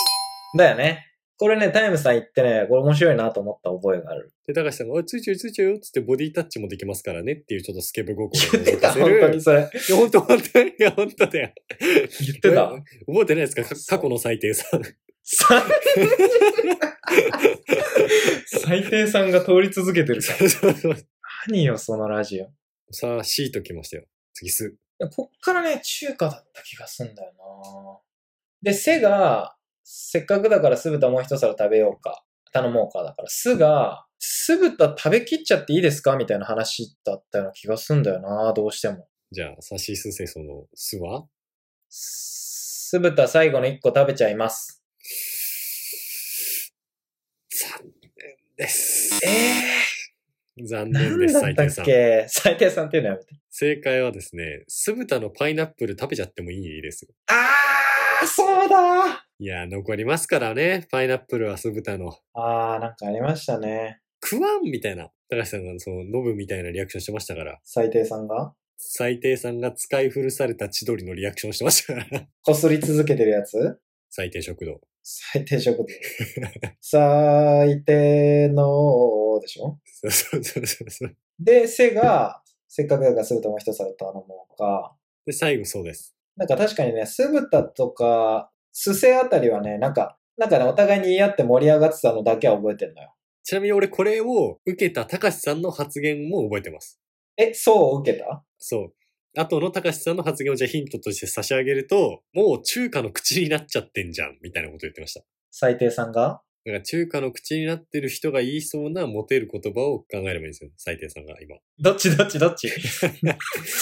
[SPEAKER 1] だよね。これね、タイムさん言ってね、これ面白いなと思った覚えがある。
[SPEAKER 2] で、高橋さんが、おいついちゃうよついちゃうよっつってボディタッチもできますからねっていうちょっとスケブごっこ
[SPEAKER 1] 言ってた、 (laughs) 本当にそれ。
[SPEAKER 2] いや、本当本当いや、本当だよ。
[SPEAKER 1] 言ってた
[SPEAKER 2] 覚。えてないですかか過去の最低さ (laughs) ん。
[SPEAKER 1] さ (laughs) 最低さんが通り続けてるから。何よ、そのラジオ。
[SPEAKER 2] さあ、C ときましたよ。次、す。
[SPEAKER 1] こっからね、中華だった気がすんだよなで、せが、せっかくだから酢豚もう一皿食べようか、頼もうかだから、すが、酢豚食べきっちゃっていいですかみたいな話だったような気がすんだよなどうしても。
[SPEAKER 2] じゃあ、さしすせその、すは
[SPEAKER 1] 酢豚最後の一個食べちゃいます。
[SPEAKER 2] 残念です。
[SPEAKER 1] え
[SPEAKER 2] 残
[SPEAKER 1] ー、な
[SPEAKER 2] 念
[SPEAKER 1] ん
[SPEAKER 2] です、
[SPEAKER 1] だ
[SPEAKER 2] 最
[SPEAKER 1] った
[SPEAKER 2] 低
[SPEAKER 1] っ
[SPEAKER 2] さん。
[SPEAKER 1] け最低さんっていうのやめて。
[SPEAKER 2] 正解はですね、酢豚のパイナップル食べちゃってもいいですよ。
[SPEAKER 1] あー、そうだ
[SPEAKER 2] いや、残りますからね、パイナップルは酢豚の。
[SPEAKER 1] あー、なんかありましたね。
[SPEAKER 2] 食わんみたいな。高橋さんが、その、ノブみたいなリアクションしてましたから。
[SPEAKER 1] 最低さんが
[SPEAKER 2] 最低さんが使い古された千鳥のリアクションしてましたから。 (laughs)
[SPEAKER 1] こすり続けてるやつ
[SPEAKER 2] 最低食堂。
[SPEAKER 1] 最低食堂。最低のでしょ
[SPEAKER 2] そうそうそうそうそう。
[SPEAKER 1] で、背が、せっかくだから酢豚も一皿頼もうか。
[SPEAKER 2] で、最後そうです。
[SPEAKER 1] なんか確かにね、酢豚とか、すせあたりはね、なんか、なんかね、お互いに言い合って盛り上がってたのだけは覚えてんのよ。
[SPEAKER 2] ちなみに俺これを受けた高橋さんの発言も覚えてます。
[SPEAKER 1] え、そう受けた
[SPEAKER 2] そう。後の高橋さんの発言をじゃあヒントとして差し上げると、もう中華の口になっちゃってんじゃん、みたいなこと言ってました。
[SPEAKER 1] 最低さんが
[SPEAKER 2] だから中華の口になってる人が言いそうなモテる言葉を考えればいいんですよ。最低さんが今。
[SPEAKER 1] どっちどっちどっ (laughs) ち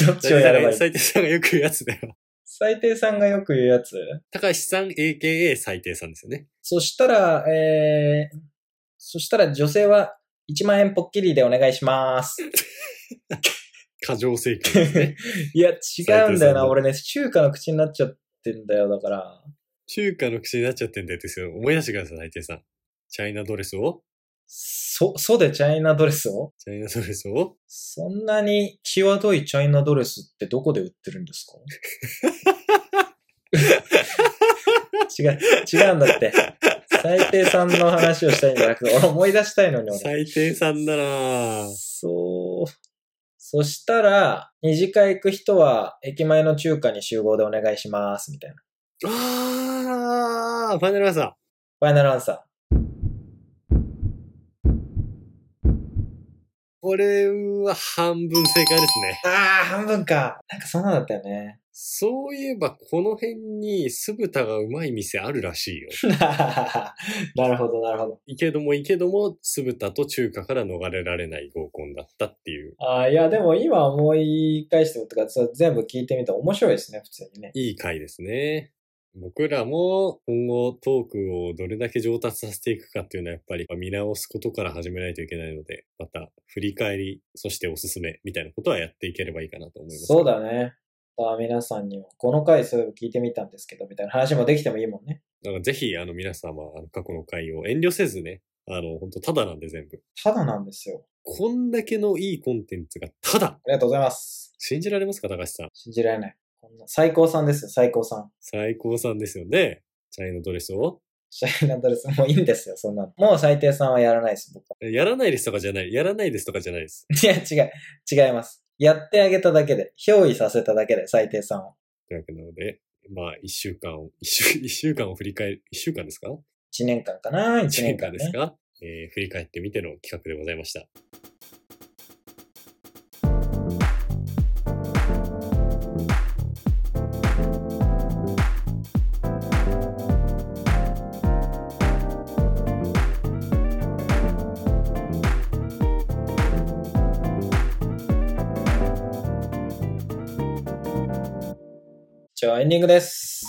[SPEAKER 1] どっちをやればいい
[SPEAKER 2] 最低さんがよく言うやつだよ。 (laughs)
[SPEAKER 1] 最低さんがよく言うやつ
[SPEAKER 2] 高橋さん AKA 最低さんですよね。
[SPEAKER 1] そしたら、えー、そしたら女性は1万円ポッキリでお願いします。
[SPEAKER 2] 過剰請求ですね。
[SPEAKER 1] いや、違うんだよ
[SPEAKER 2] 斉藤さ
[SPEAKER 1] な。
[SPEAKER 2] ん
[SPEAKER 1] 俺ね、中華の口になっちゃってんだよ、だから。
[SPEAKER 2] 中華の口になっちゃってんだよですよ。思い出してください、最低さん。チャイナドレスを
[SPEAKER 1] そ、そでチャイナドレスを
[SPEAKER 2] チャイナドレスを
[SPEAKER 1] そんなに際どいチャイナドレスってどこで売ってるんですか (laughs) 違う、違うんだって。最低さんの話をしたいんじゃなくて、俺思い出したいのに俺
[SPEAKER 2] 最低さんだなぁ。
[SPEAKER 1] そう。そしたら、二次会行く人は、駅前の中華に集合でお願いします、みたいな。
[SPEAKER 2] あー、ファイナルアンサ
[SPEAKER 1] ファイナルアンサー。
[SPEAKER 2] ー。これは半分正解ですね。
[SPEAKER 1] あー、半分か。なんかそんなのだったよね。
[SPEAKER 2] そういえば、この辺に酢豚がうまい店あるらしいよ。
[SPEAKER 1] (laughs) なるほど、なるほど。
[SPEAKER 2] いけどもいけども、酢豚と中華から逃れられない合コンだったっていう、
[SPEAKER 1] あーいや、でも今思い返してもとか、それ全部聞いてみたら面白いですね、普通にね。
[SPEAKER 2] いい回ですね。僕らも今後トークをどれだけ上達させていくかっていうのはやっぱり見直すことから始めないといけないので、また振り返り、そしておすすめみたいなことはやっていければいいかなと思います。
[SPEAKER 1] そうだね。あー皆さんにも、この回そういえば聞いてみたんですけど、みたいな (laughs) 話もできてもいいもんね。
[SPEAKER 2] だからぜひ、あの、皆様、あの、過去の回を遠慮せずね、あの、本当ただなんで全部。
[SPEAKER 1] ただなんですよ。
[SPEAKER 2] こんだけのいいコンテンツがただ
[SPEAKER 1] ありがとうございます。
[SPEAKER 2] 信じられますか高橋さん。
[SPEAKER 1] 信じられない。こんな最高さんですよ、最高さん。
[SPEAKER 2] 最高さんですよね。チャイのドレスを。
[SPEAKER 1] シャイナドレス、もういいんですよ、そんなの。もう最低さんはやらないです、僕は。 (laughs)
[SPEAKER 2] やらないですとかじゃない。やらないですとかじゃないです。
[SPEAKER 1] いや、違う。違います。やってあげただけで、憑依させただけで、最低さんを。
[SPEAKER 2] というわけなので、まあ、一週間を、 (laughs) 一週、一週間を振り返る、一週間ですか
[SPEAKER 1] 1年間かな ?1
[SPEAKER 2] 一
[SPEAKER 1] 年
[SPEAKER 2] 年
[SPEAKER 1] 間、ね。
[SPEAKER 2] 間ですか、えー振り返ってみての企画でございました。
[SPEAKER 1] じゃあ、エンディングです。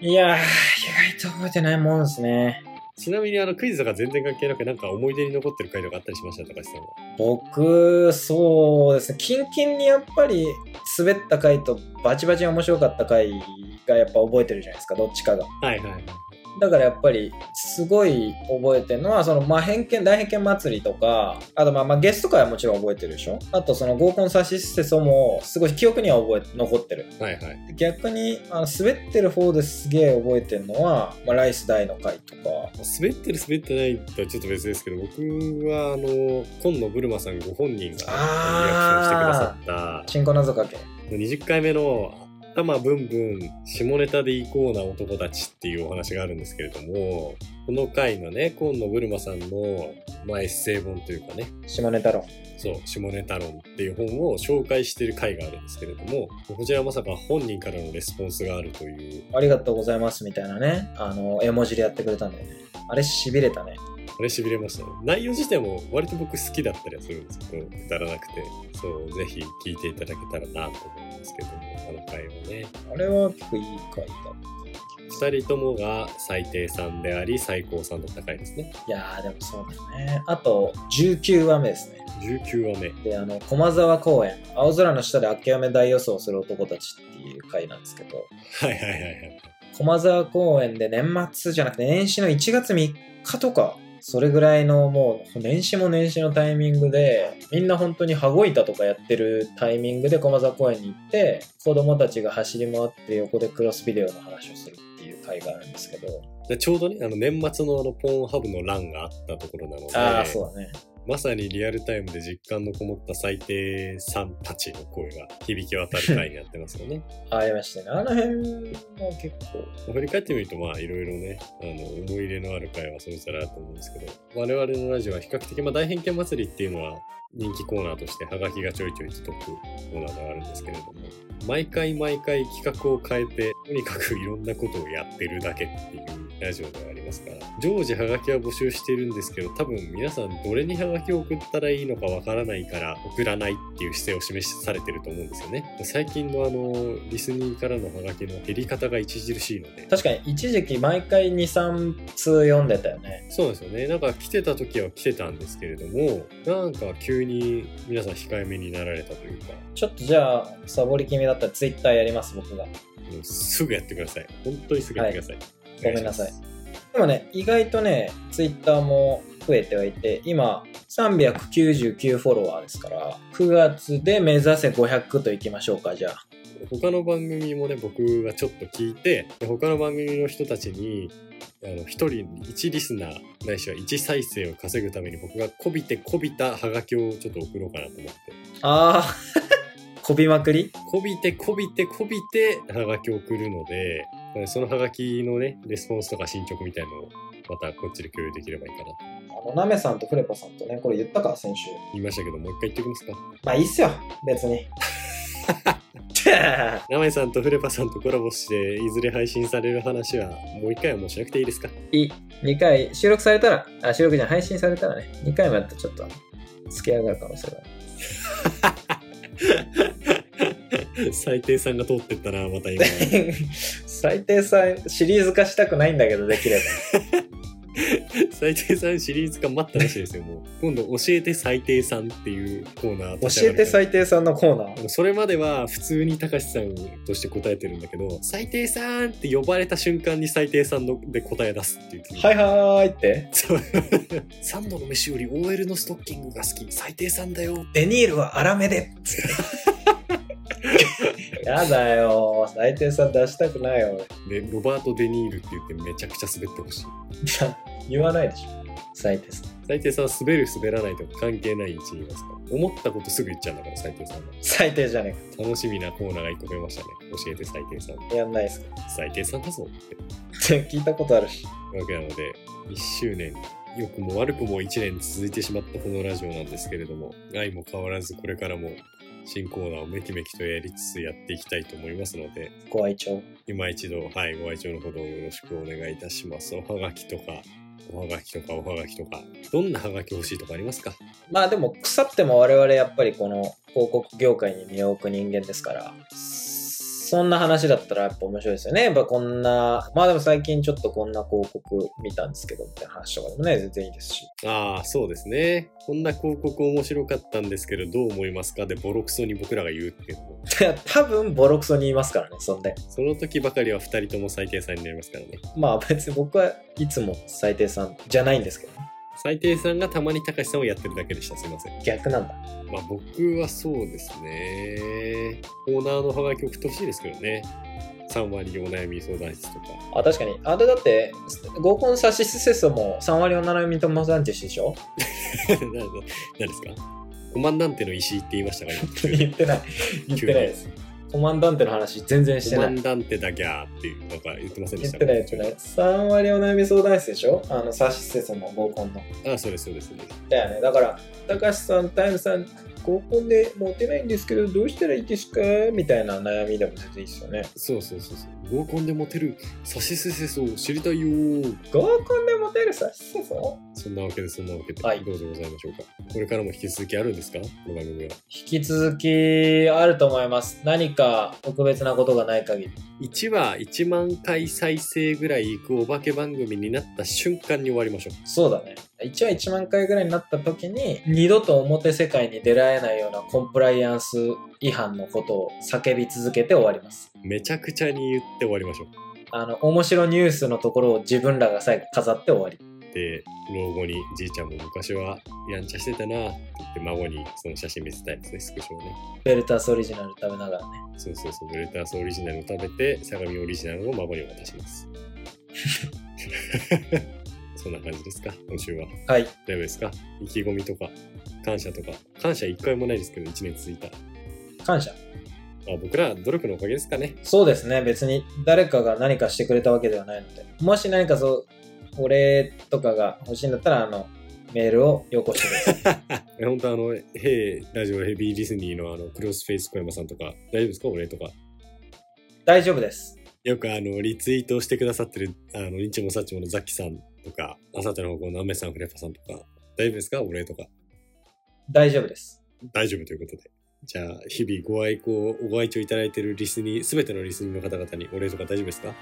[SPEAKER 1] いやー、意外と覚えてないもんですね。
[SPEAKER 2] ちなみにあのクイズとか全然関係なくなんか思い出に残ってる回とかあったりしました高橋さんは。
[SPEAKER 1] 僕、そうですね、キンキンにやっぱり滑った回とバチバチに面白かった回がやっぱ覚えてるじゃないですか、どっちかが。
[SPEAKER 2] はいはい。
[SPEAKER 1] だからやっぱりすごい覚えてるのはその、まあ、偏見大偏見祭りとかあとまあまあゲスト会はもちろん覚えてるでしょあとその合コンサシステソもすごい記憶には覚え残ってる
[SPEAKER 2] はいはい。
[SPEAKER 1] 逆にあの滑ってる方ですげえ覚えてるのは、まあ、ライス大の会とか
[SPEAKER 2] 滑ってる滑ってないとはちょっと別ですけど僕はあの今野ブルマさんご本人がリアクションしてくださった
[SPEAKER 1] 新婚謎かけ
[SPEAKER 2] 20回目の頭ブンブン下ネタでいこうな男たちっていうお話があるんですけれどもこの回のね今野ブルマさんの、まあ、エッセイ本というかね
[SPEAKER 1] 下ネタ論
[SPEAKER 2] そう「下ネタ論」っていう本を紹介してる回があるんですけれどもこちらはまさか本人からのレスポンスがあるという
[SPEAKER 1] ありがとうございますみたいなねあの絵文字でやってくれたんだよねあれしびれたね
[SPEAKER 2] あれしびれましたね内容自体も割と僕好きだったりはするんですけどくだらなくてそうぜひ聞いていただけたらなと思いますけどもあの回をね
[SPEAKER 1] あれは結構いい回だ
[SPEAKER 2] 2人ともが最低さんであり最高さんだった回ですね
[SPEAKER 1] いやーでもそうだねあと19話目ですね
[SPEAKER 2] 19話目 (laughs)
[SPEAKER 1] であの駒沢公園青空の下で明け嫁大予想をする男たちっていう回なんですけど
[SPEAKER 2] はいはいはいはい
[SPEAKER 1] 駒沢公園で年末じゃなくて年始の1月3日とかそれぐらいのもう年始も年始のタイミングでみんな本当に羽子板とかやってるタイミングで駒沢公園に行って子供たちが走り回って横でクロスビデオの話をするっていう回があるんですけど
[SPEAKER 2] でちょうどねあの年末のあのポーンハブの欄があったところなので
[SPEAKER 1] ああそうだね
[SPEAKER 2] まさにリアルタイムで実感のこもった最低さんたちの声が響き渡る回になってますよね
[SPEAKER 1] ありましたねあの辺も結構
[SPEAKER 2] 振り返ってみると (laughs) まあいろいろねあの思い入れのある回はそれぞれあると思うんですけど我々のラジオは比較的、まあ、大偏見祭りっていうのは人気コーナーとしてハガキがちょいちょい届くコーナーではあるんですけれども毎回毎回企画を変えてとにかくいろんなことをやってるだけっていうラジオではありますから常時ハガキは募集してるんですけど多分皆さんどれにハガキを送ったらいいのかわからないから送らないっていう姿勢を示されてると思うんですよね最近のあのリスニーからのハガキの減り方が著しいので
[SPEAKER 1] 確かに一時期毎回23通読んでたよね
[SPEAKER 2] そうなんですよねなんか来てた時は来てたんですけれどもなんか急に皆さん控えめになられたというか
[SPEAKER 1] ちょっとじゃあ、サボり気味だったらツイッターやります、僕が。
[SPEAKER 2] もうすぐやってください本当にすぐやってください、
[SPEAKER 1] いごめんなさいでもね、意外とね、ツイッターも増えてはいて、今、399フォロワーですから、9月で目指せ500といきましょうか、じゃあ。
[SPEAKER 2] 他の番組もね僕がちょっと聞いてで他の番組の人たちにあの1人1リスナーないしは1再生を稼ぐために僕がこびてこびたハガキをちょっと送ろうかなと思って
[SPEAKER 1] あー、 (laughs) こびまくり
[SPEAKER 2] こびてこびてこびてハガキを送るのでそのハガキのねレスポンスとか進捗みたいのをまたこっちで共有できればいいかなと
[SPEAKER 1] あの、なめさんとフレポさんとね、これ言ったか、先週。
[SPEAKER 2] 言いましたけどもう一回言っておきますか
[SPEAKER 1] まあいいっすよ、別 (laughs) に。
[SPEAKER 2] 名前さんとフレパさんとコラボしていずれ配信される話はもう一回はもうしなくていいですか (laughs)
[SPEAKER 1] いい。2回、収録されたら、あ、収録じゃない配信されたらね、2回もやったらちょっと、つけ上がるかもしれない。
[SPEAKER 2] 最低さんが通ってったなまた今
[SPEAKER 1] (laughs)
[SPEAKER 2] (laughs)
[SPEAKER 1] 最低さんシリーズ化したくないんだけどできれば
[SPEAKER 2] 最低さんシリーズ化待ったらしいですよもう今度教えて最低さんっていうコーナー
[SPEAKER 1] 教えて最低さんのコーナー
[SPEAKER 2] 低それまでは普通に高橋さんとして答えてるんだけど「最低さん!」って呼ばれた瞬間に最低さんので答え出すっていう
[SPEAKER 1] はいはーいって
[SPEAKER 2] そう三度の飯より OL のストッキングが好き最低さんだよ
[SPEAKER 1] デニールは粗めで (laughs) やだよ最低さん出したくないよ
[SPEAKER 2] でロバート・デ・ニールって言ってめちゃくちゃ滑ってほしい
[SPEAKER 1] 俺言わないでしょ最低さん
[SPEAKER 2] 最低さんは滑る滑らないとか関係ない位置にいますから思ったことすぐ言っちゃうんだから最低さんは
[SPEAKER 1] 最低じゃね
[SPEAKER 2] 楽しみなコーナーが1個増えましたね教えて最低さん
[SPEAKER 1] えかやんないっすか
[SPEAKER 2] 最低さんだぞって
[SPEAKER 1] 聞いたことあるし
[SPEAKER 2] わけなので1周年良くも悪くも1年続いてしまったこのラジオなんですけれども愛も変わらずこれからも新コーナーをめきめきとやりつつやっていきたいと思いますので
[SPEAKER 1] ご愛聴
[SPEAKER 2] 今一度はいご愛聴のほどよろしくお願いいたしますおはがきとかおはがきとかおはがきとかどんなはがき欲しいとかありますか
[SPEAKER 1] まあでも腐っても我々やっぱりこの広告業界に身を置く人間ですからそんな話だったらやっぱ面白いですよね。やっぱこんな、まあでも最近ちょっとこんな広告見たんですけどみたいな話とかでもね、全然いいですし。
[SPEAKER 2] ああ、そうですね。こんな広告面白かったんですけど、どう思いますかで、ボロクソに僕らが言うっていうのも。
[SPEAKER 1] 多分ボロクソに言いますからね、そんで。
[SPEAKER 2] その時ばかりは2人とも最低さんになりますからね。
[SPEAKER 1] まあ別に僕はいつも最低さんじゃないんですけど、
[SPEAKER 2] 最低さんがたまに高橋さんをやってるだけでした。すいません。
[SPEAKER 1] 逆なんだ。
[SPEAKER 2] まあ僕はそうですね。コーナーの幅が送ってほしいですけどね。3割お悩み相談室とか。 (laughs)
[SPEAKER 1] あ、確かに。あれだって、合コンサシスセソも3割女の認めさんてしでしょ (laughs)
[SPEAKER 2] 何ですかコマンダンテの石井って言いましたか今
[SPEAKER 1] 言ってない。言ってないです。コマンダンテの話全然して
[SPEAKER 2] コ
[SPEAKER 1] な
[SPEAKER 2] マ
[SPEAKER 1] い
[SPEAKER 2] ン。ダンテだぎゃーっていう、なんか言ってませんで
[SPEAKER 1] 言
[SPEAKER 2] し
[SPEAKER 1] ったてない言ってない。3割お悩み相談室でしょあの、サシスセソも合コンの。
[SPEAKER 2] あ、そうです、そうです。そうです
[SPEAKER 1] だよね。だから、高橋さん、タイムさん、合コンでモテないんですけど、どうしたらいいですかみたいな悩みでも全然いいですよね。
[SPEAKER 2] そうそうそうそう。合コンでモテるサシスセソを知りたいよー。
[SPEAKER 1] 合コンでモテるサシスセソ
[SPEAKER 2] そんなわけで、そんなわけで、
[SPEAKER 1] はい
[SPEAKER 2] どうぞございましょうか。これからも引き続きあるんですかこの番組は。
[SPEAKER 1] 引き続きあると思います。何か特別なことがない限り。
[SPEAKER 2] 1話1万回再生ぐらいいくお化け番組になった瞬間に終わりましょ
[SPEAKER 1] そうだね。一応1万回ぐらいになった時に、二度と表世界に出られないようなコンプライアンス違反のことを叫び続けて終わります。
[SPEAKER 2] う。めちゃくちゃに言って終わりましょう。
[SPEAKER 1] あの、面白ニュースのところを自分らが最後飾って終わり。
[SPEAKER 2] で、老後にじいちゃんも昔はやんちゃしてたなって言って孫にその写真見せたいですね、スクショをね。
[SPEAKER 1] ベルタスオリジナル食べながらね。
[SPEAKER 2] そうそうそう、ブレタースオリジナルを食べて、相模オリジナルを孫に渡します。そんな感じですか、今週は。
[SPEAKER 1] はい。
[SPEAKER 2] 大丈夫ですか意気込みとか、感謝とか。感謝一回もないですけど、1年続いた。
[SPEAKER 1] 感謝。
[SPEAKER 2] あ僕ら努力のおかげですかね。
[SPEAKER 1] そうですね。別に誰かが何かしてくれたわけではないので。もし何かそう、お礼とかが欲しいんだったら、あの、メールをよこしてください。
[SPEAKER 2] え本当あの、ヘイ、ラジオヘビーリスニーのあの、クロスフェイス小山さんとか、大丈夫ですか俺とか。
[SPEAKER 1] 大丈夫です。
[SPEAKER 2] よくあの、リツイートしてくださってる、あの、リンチもサッチものザキさんとか、あさっての方向のアメさん、フレパさんとか、大丈夫ですか俺とか。
[SPEAKER 1] 大丈夫です。
[SPEAKER 2] 大丈夫ということで。じゃあ、日々ご愛顧、ご愛聴いただいているリスニー、すべてのリスニーの方々にお礼とか大丈夫ですか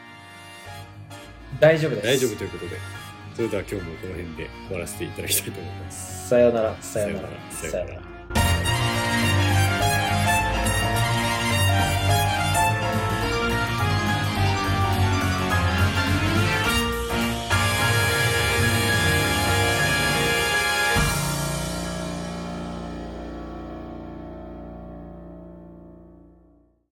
[SPEAKER 1] 大丈夫です。
[SPEAKER 2] 大丈夫ということで。それでは今日もこの辺で終わらせていただきたいと思います。
[SPEAKER 1] さようなら、さようなら、
[SPEAKER 2] さようなら。